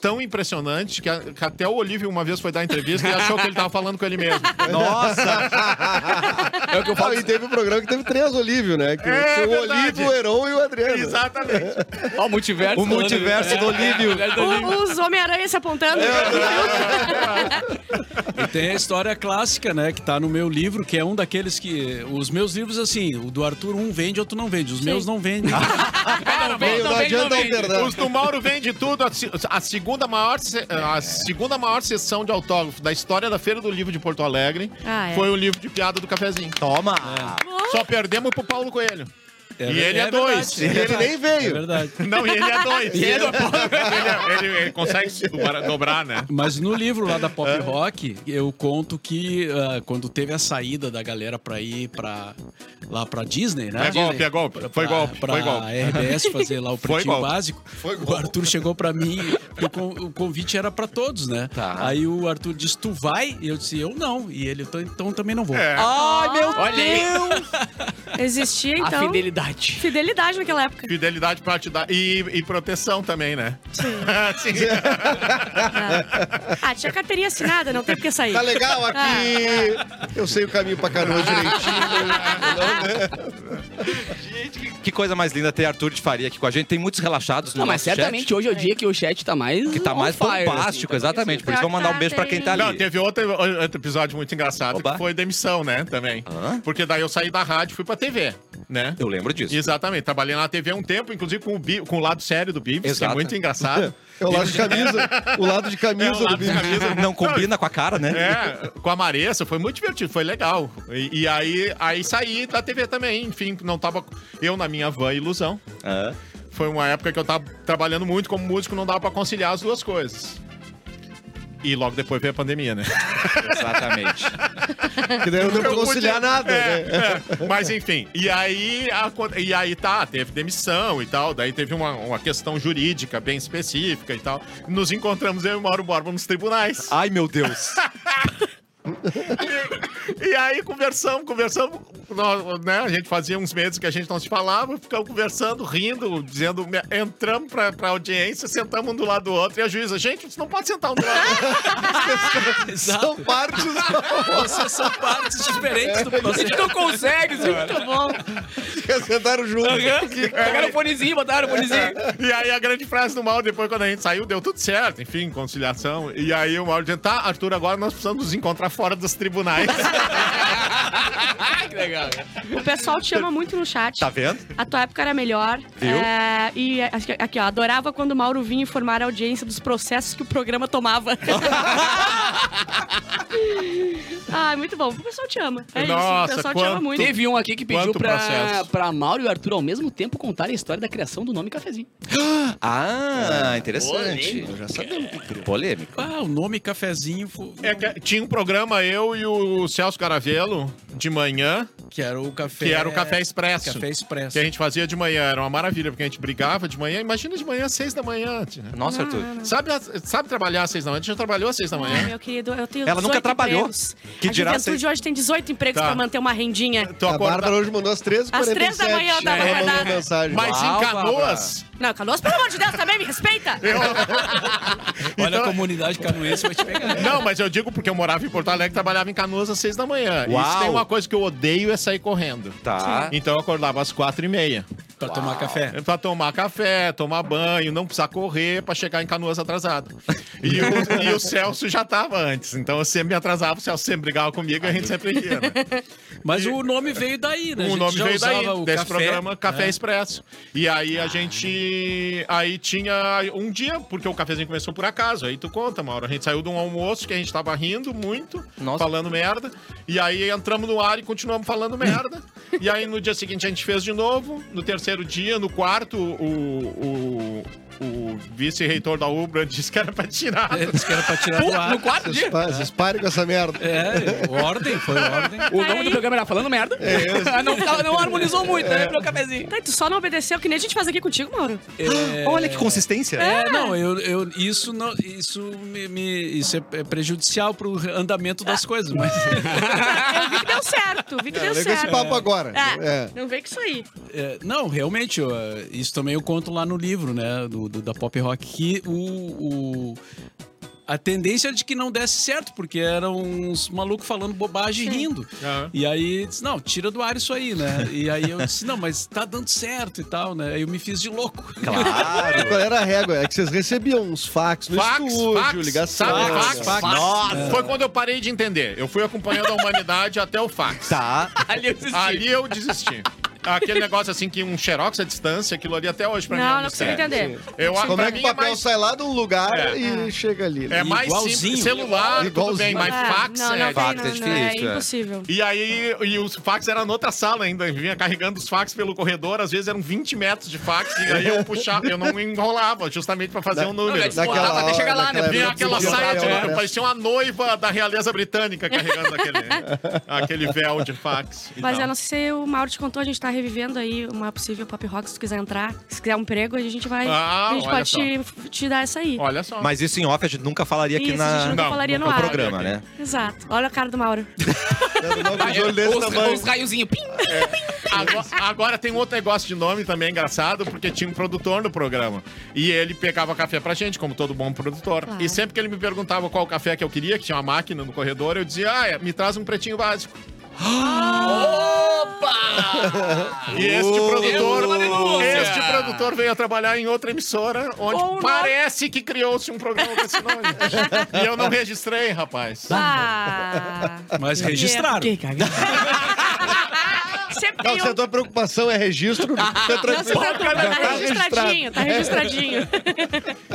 E: tão impressionante que, a- que até o Olívio uma vez foi dar entrevista e achou que ele tava falando com ele
B: *laughs*
E: mesmo.
A: Nossa!
B: É o que eu falo. e teve um programa que teve três Olívio, né? Que
E: É,
B: tinha o
E: verdade.
B: Olívio, o Heron e o Adriano.
E: Exatamente.
G: Ó, o multiverso.
A: o multiverso do
D: *laughs*
A: Olívio.
C: O- Os Homem-Aranha se apontando.
B: É
D: E tem a história clássica, né, que tá no meu livro, que é um daqueles que. Os meus livros, assim, o do Arthur, um vende, outro não vende. Os meus não vendem.
G: Cara,
B: Não,
G: vem,
B: não
G: vem,
B: adianta
G: vem.
B: alternar.
E: Os do Mauro vende tudo. A, se- a segunda maior, se- a segunda maior sessão de autógrafo da história da Feira do Livro de Porto Alegre
C: Ah, é.
E: foi o livro de piada do cafezinho.
A: Toma!
E: Só perdemos pro Paulo Coelho. *laughs*
D: É
E: e
D: ver-
E: ele é,
D: é
E: dois.
D: verdade,
E: E
B: Ele nem
D: É
B: veio.
D: verdade.
E: ele- Não, e ele é dois. ele, é- ele- ele consegue se dobra- dobrar, né?
D: Mas no livro lá da Pop
E: É.
D: Rock, eu conto que ah, quando teve a saída da galera pra ir pra, lá pra Disney, né?
E: É golpe, é golpe. Foi golpe,
D: pra
E: foi golpe. *laughs*
D: RBS fazer lá o
E: Foi
D: pretinho
E: golpe.
D: básico. O Arthur chegou pra mim, porque o con- o convite era pra todos, né?
E: Tá.
D: Aí o Arthur disse: Tu vai? E eu disse: Eu não. E ele, "Então- então também não vou.
E: É.
G: Ai, meu Deus.
C: *laughs* Existia,
G: A
C: então,
G: fidelidade.
C: fidelidade naquela época.
E: Fidelidade pra te dar. E, e proteção também, né? Sim.
C: Ah, tinha carteirinha assinada, não tem porque sair.
B: Tá legal aqui.
E: Ah.
B: Eu sei o caminho pra canoa direitinho.
A: Gente, que- que coisa mais linda ter Arthur de Faria aqui com a gente. Tem muitos relaxados no
G: Não, mas
A: nosso chat,
G: certamente hoje é o dia que o chat tá mais.
A: Que tá
G: on
A: mais
G: fire,
A: bombástico,
G: assim, tá mais-
A: exatamente. Por isso, vamos mandar um beijo pra quem tá ali.
E: Não, teve outro, outro episódio muito engraçado
A: Oba.
E: que foi demissão, né? Também.
A: Hã?
E: Porque daí eu saí da rádio e fui pra TV, né?
A: Eu lembro disso.
E: Exatamente. Trabalhei na TV há um tempo, inclusive com o, Bi- com o lado sério do Bibs, que é
A: Exato.
E: muito engraçado.
B: É o lado de camisa. O lado de camisa
E: É o lado de
B: do Bibi.
E: camisa.
A: *laughs* Não combina com a cara, né?
E: É, com a Maressa, foi muito divertido, foi legal. E, e aí, aí saí da TV também, enfim, não tava. Eu na minha van ilusão. É.
A: Ah.
E: Foi uma época que eu tava trabalhando muito como músico, não dava pra conciliar as duas coisas. E logo depois veio a pandemia, né?
A: Exatamente.
B: Que daí não deu pra
E: Eu podia-
B: conciliar nada,
E: É,
B: né?
E: é. *laughs* Mas enfim, e aí, aconte- e aí tá, teve demissão e tal, daí teve uma, uma questão jurídica bem específica e tal. Nos encontramos eu e o Mauro Borba nos tribunais.
A: Ai, meu Deus.
E: E aí conversamos, conversamos, nós, né? A gente fazia uns meses que a gente não se falava, ficamos conversando, rindo, dizendo, entramos pra, pra audiência, sentamos um do lado do outro, e a juíza, gente, você não pode sentar um do lado do outro.
D: Exato.
B: São partes.
D: Vocês são partes diferentes
A: *laughs* É,
D: do
G: A
D: processo.
G: gente não consegue, senhor.
C: Muito bom.
B: que sentaram junto.
G: Pegaram o fonezinho, botaram o fonezinho.
E: E aí a grande frase do Mauro, depois quando a gente saiu, deu tudo certo, enfim, conciliação. E aí o Mauro dizendo, tá, Arthur, agora nós precisamos nos encontrar fora dos tribunais.
G: Ah, que legal.
C: O pessoal te ama muito no chat.
A: *laughs* Tá vendo?
C: A tua época era melhor.
A: Viu?
C: É, e acho que- aqui, ó, adorava quando o Mauro vinha informar a audiência dos processos que o programa tomava. Ai, muito bom. O pessoal te ama. É isso.
E: Nossa,
C: O pessoal te
E: quanto-
C: ama muito.
G: *laughs* Teve um aqui que pediu
E: Quanto
G: pra,
E: processo.
G: pra Mauro e o Arthur ao mesmo tempo contarem a história da criação do nome Cafezinho.
A: Ah, interessante. Já sabemos. Polêmico.
D: Ah, o nome cafezinho. fo-
E: É que tinha um programa, eu e o Celso Caravelo, de manhã,
D: Que era o café.
E: Que era o café expresso.
D: Café expresso.
E: Que a gente fazia de manhã, era uma maravilha, porque a gente brigava de manhã. Imagina de manhã às seis da manhã. tia.
A: Nossa, Arthur.
E: Sabe, sabe trabalhar às seis da manhã? A gente já trabalhou às seis da
C: Ai,
E: manhã.
C: meu querido, eu tenho
A: Ela nunca
C: 18
A: trabalhou.
C: empregos.
A: Que
C: a
A: dirá
C: juventude
A: você-
C: hoje tem 18 empregos
E: Tá.
C: pra manter uma rendinha.
E: Tu
B: A
E: acorda-
B: Bárbara hoje mandou às 13h47.
C: Às três da manhã eu tava
B: Ela mandou
C: acordada.
B: mensagem.
E: Mas
F: Uau,
E: em Canoas.
C: Não, Canoas, pelo amor de Deus, também me respeita!
A: *laughs*
E: *laughs*
D: Olha
E: Então-
D: a comunidade canoense vai te pegar. né?
E: Não, mas eu digo porque eu morava em Porto Alegre e trabalhava em Canoas às seis da manhã. E se
A: Uau.
E: tem uma coisa que eu odeio é sair correndo.
A: Tá.
E: Então eu acordava às quatro e meia.
D: Pra tomar café.
E: Pra tomar café, tomar banho, não precisar correr pra chegar em Canoas atrasado. E o, e o Celso já tava antes. Então eu sempre me atrasava, o Celso sempre brigava comigo e a gente sempre ria, né?
D: Mas o nome veio daí, né? A
E: O
D: gente
E: Um nome
D: já
E: veio
D: usava
E: daí,
D: o
E: desse
D: café,
E: programa Café
D: né?
E: Expresso. E aí a gente. Aí tinha um dia, porque o cafezinho começou por acaso, aí tu conta, Mauro. A gente saiu de um almoço que a gente tava rindo muito,
A: Nossa.
E: falando merda. E aí entramos no ar e continuamos falando merda.
D: *laughs*
E: e aí no dia seguinte a gente fez de novo. No terceiro dia, no quarto, o. o o vice-reitor da Ubra *laughs* disse que era pra tirar.
D: É, disse que era pra tirar do ar.
G: No quarto
B: Vocês
G: dia.
B: pa- Vocês parem com essa merda.
D: É, ordem, foi ordem.
G: O nome do programa era Falando Merda.
B: É
G: *laughs* não, ficava- não harmonizou muito, né? Pro cafezinho.
C: Tá, e tu só não obedeceu, que nem a gente faz aqui contigo, Mauro.
G: Ah.
D: É,
A: Olha que consistência.
D: É, não, eu, eu- isso, não, isso, me, me- isso é é prejudicial pro andamento das coisas, mas
C: Eu vi que deu certo, vi que deu
B: Vem com É, Tá
C: certo.
B: esse papo agora.
C: É,
B: É.
C: não vem com isso aí.
D: é, não, realmente, eu, é, isso também eu conto lá no livro, né, do, do- da Pop Rock, que o, o- a tendência de que não desse certo, porque eram uns malucos falando bobagem e rindo.
E: Ah.
D: E aí, disse, não, tira do ar isso aí, né? E aí eu disse, não, mas tá dando certo e tal, né? Aí eu me fiz de louco.
A: Claro.
B: Qual era a régua? É que vocês recebiam uns fax no
E: Fax,
B: estúdio,
E: fax,
B: ligação.
E: sabe
B: Fax,
E: fax? Nossa. Foi quando eu parei de entender. Eu fui acompanhando a humanidade *laughs* até o fax.
A: *laughs* Tá.
G: Ali eu desisti.
E: Ali eu desisti. Aquele negócio assim que um xerox à distância, aquilo ali até hoje pra mim é
C: Não,
E: um
C: não consigo
E: mistério.
C: entender.
E: Eu,
B: Como
E: pra
B: é que o
E: mim é
B: papel
E: mais,
B: sai lá de um lugar
E: É.
B: e chega ali? né?
E: é mais
D: Igualzinho.
E: simples. Celular, tudo bem,
B: Igualzinho.
E: mas
C: Ah,
E: fax
C: não, não,
E: é...
C: vem,
A: Fax
C: não,
A: é
C: não, é
A: difícil, é.
C: impossível.
E: E aí, e os fax eram noutra sala ainda. Vinha carregando os fax pelo corredor, às vezes eram 20 metros de fax, e aí eu puxava, eu não enrolava, justamente pra fazer um número.
G: Naquela Botava até
B: hora,
G: chegar lá, né?
B: naquela
E: Vinha
B: época,
E: aquela
B: podia
E: saia de
B: olhar,
E: lã,
B: né?
E: parecia uma noiva da realeza britânica carregando aquele, aquele véu de fax. e
C: Mas
E: tal.
C: eu não sei se o Mauro te contou, a gente tá revivendo aí uma possível pop rock, se tu quiser entrar, se quiser um emprego, a gente vai.
E: Ah,
C: a gente
E: olha
C: pode te, te dar essa aí.
E: Olha só.
A: Mas isso em off a gente nunca falaria aqui
C: Isso, a gente
A: na,
C: nunca
E: Não,
C: falaria no
A: no
C: ar.
A: programa, né?
C: Exato. Olha a cara do Mauro.
E: É,
B: Os olhos desse tamanho.
G: Os, os raiozinhos. Pim.
E: Agora, agora tem um outro negócio de nome também engraçado, porque tinha um produtor no programa. E ele pegava café pra gente, como todo bom produtor.
C: Claro.
E: E sempre que ele me perguntava qual café que eu queria, que tinha uma máquina no corredor, eu dizia, ah, é, me traz um pretinho básico.
A: Ah!
E: Opa! E este
G: Temos uma
E: produtor,
G: denúncia.
E: este produtor veio a trabalhar em outra emissora, onde
C: Ou não.
E: parece que criou-se um programa com esse nome. e eu não registrei, rapaz.
C: Ah!
D: Mas registraram.
G: Que cagada.
C: Sempre
B: Não,
C: tem
B: se a
C: um.
B: tua preocupação é
E: *laughs*
B: registro, fica
C: Não se
B: tranquilo.
C: preocupa, tá registradinho,
B: registrado.
C: tá registradinho.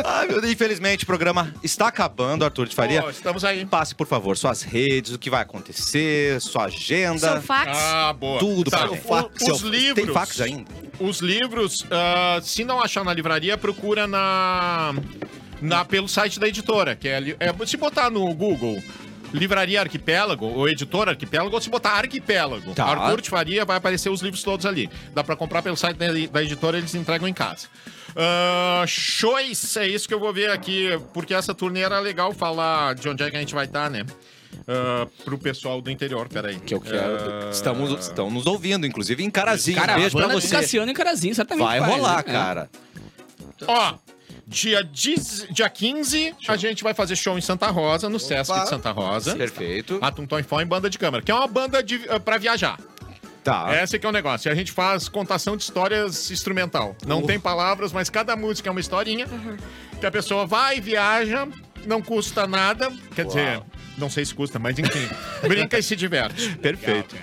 A: Ah, meu Deus, infelizmente, o programa está acabando, Arthur de Faria.
E: Pô, estamos aí.
A: Passe, por favor, suas redes, o que vai acontecer, sua agenda.
C: Seu fax.
E: Ah, boa.
A: Tudo
E: tá.
A: pra gente.
E: o-
A: Seu-
E: Os livros.
A: Tem fax ainda?
E: Os livros, ah, se não achar na livraria, procura na, na pelo site da editora, que é, li- é- se botar no Google Livraria Arquipélago, ou Editora Arquipélago, ou se botar Arquipélago.
A: Tá.
E: Arthur de Faria vai aparecer os livros todos ali. Dá pra comprar pelo site da, da editora, eles entregam em casa. Ah, Shows, é isso que eu vou ver aqui, porque essa turnê era legal falar de onde é que a gente vai estar, né? Ah, pro pessoal do interior, peraí.
G: Que eu quero.
E: Ah,
A: Estamos, estão nos ouvindo, inclusive em Carazinho.
G: Cara,
A: Beijo pra
G: banda do
A: você.
G: Cassiano e Carazinho, certamente.
A: Vai
G: faz,
A: rolar,
G: né?
A: cara.
E: Ó, dia, 10 dia 15, a gente vai fazer show em Santa Rosa, no Sesc de Santa Rosa.
A: Perfeito.
E: A Tum Tom e Fó em banda de câmara, que é uma banda de, eh, pra viajar.
A: Tá.
E: Esse que é o negócio. E A gente faz contação de histórias instrumental. Não tem palavras, mas cada música é uma historinha. Que a pessoa vai, viaja, não custa nada. Quer dizer, não sei se custa, mas enfim. brinca e se diverte.
A: Perfeito.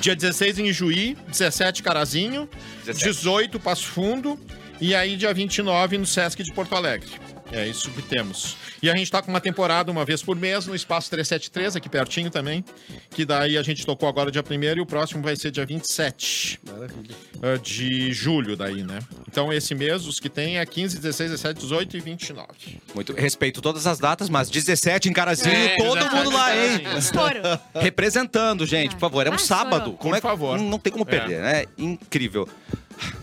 E: Dia 16 em Juí, 17 Carazinho,
A: 17.
E: 18 Passo Fundo e aí dia 29 no Sesc de Porto Alegre. É isso que temos. E a gente tá com uma temporada uma vez por mês no Espaço 373, aqui pertinho também. Que daí a gente tocou agora dia 1 e o próximo vai ser dia 27
B: Maravilha.
E: ah, de julho, daí, né? Então esse mês, os que tem é 15, 16, 17, 18 e 29.
A: Muito respeito todas as datas, mas 17 em Carazinho,
E: É,
A: todo mundo lá, hein?
E: exatamente.
C: Estouro.
A: Representando, gente, por favor. É um
C: Ah,
A: sábado.
C: estourou.
E: Por favor.
A: Não tem como
E: É.
A: perder, né? Incrível.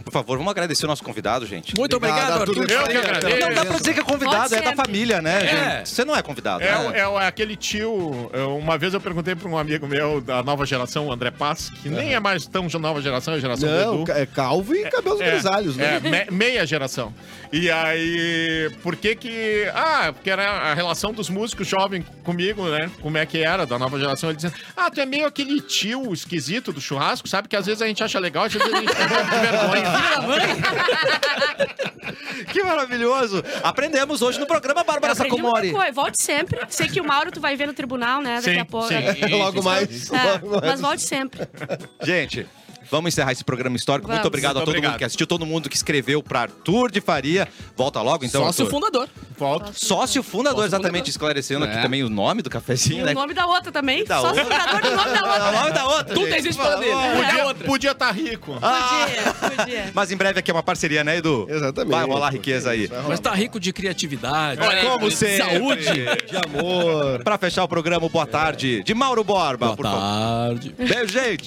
A: Por favor, vamos agradecer o nosso convidado, gente.
D: Muito obrigado,
B: Arthur.
D: Arthur.
E: Eu é que
B: né?
E: agradeço.
A: Não dá pra dizer que é convidado,
C: Pode
A: é da
C: sempre.
A: família, né?
D: É.
A: gente? Você não é convidado,
E: É, o-
A: né?
E: é o- é aquele tio. eu- Uma vez eu perguntei para um amigo meu da nova geração, o André Pass, que nem é mais tão nova geração, é a geração do
B: Não,
E: Edu.
B: ca- é calvo e cabelos grisalhos,
E: É,
B: né?
E: me- meia geração. E aí, por que que... Ah, porque era a relação dos músicos jovens comigo, né? Como é que era, da nova geração. Ele dizendo, ah, tu é meio aquele tio esquisito do churrasco, sabe? Que às vezes a gente acha legal, às vezes a gente tem de vergonha. é.
B: *laughs*
A: Que maravilhoso! Aprendemos hoje no programa Bárbara
C: Eu aprendi muita
A: Sacomori.
C: coisa. Volte sempre. Sei que o Mauro tu vai ver no tribunal, né? Daqui
E: Sim,
C: a pouco.
E: sim.
C: É,
B: Logo
A: *laughs*
B: mais. Logo mais.
C: mas volte sempre.
A: Gente, vamos encerrar esse programa histórico. Muito
C: Vamos.
A: obrigado a
E: Muito
A: todo mundo
E: obrigado.
A: que assistiu, todo mundo que escreveu para Arthur de Faria. Volta logo, então,
G: Sócio
A: Arthur.
G: fundador.
E: Volto.
A: Sócio fundador, exatamente, esclarecendo aqui
G: É.
A: também o nome do cafezinho,
C: E
A: né?
C: o nome da outra também.
A: Da
C: Só
A: outra.
C: fundador do nome da
A: *laughs* O nome
C: outra.
A: da outra,
F: Tudo
A: gente.
F: existe pra dele. É outra.
E: Podia estar rico.
C: Podia, podia.
A: Mas em breve aqui é uma parceria, né, Edu?
B: Exatamente.
A: Vai rolar riqueza aí.
D: Mas tá rico de criatividade.
A: Olha, como sempre.
D: Saúde.
B: De amor.
A: Pra fechar o programa, boa tarde de Mauro Borba,
D: Boa
A: por favor.
D: tarde.
A: Beijo, gente.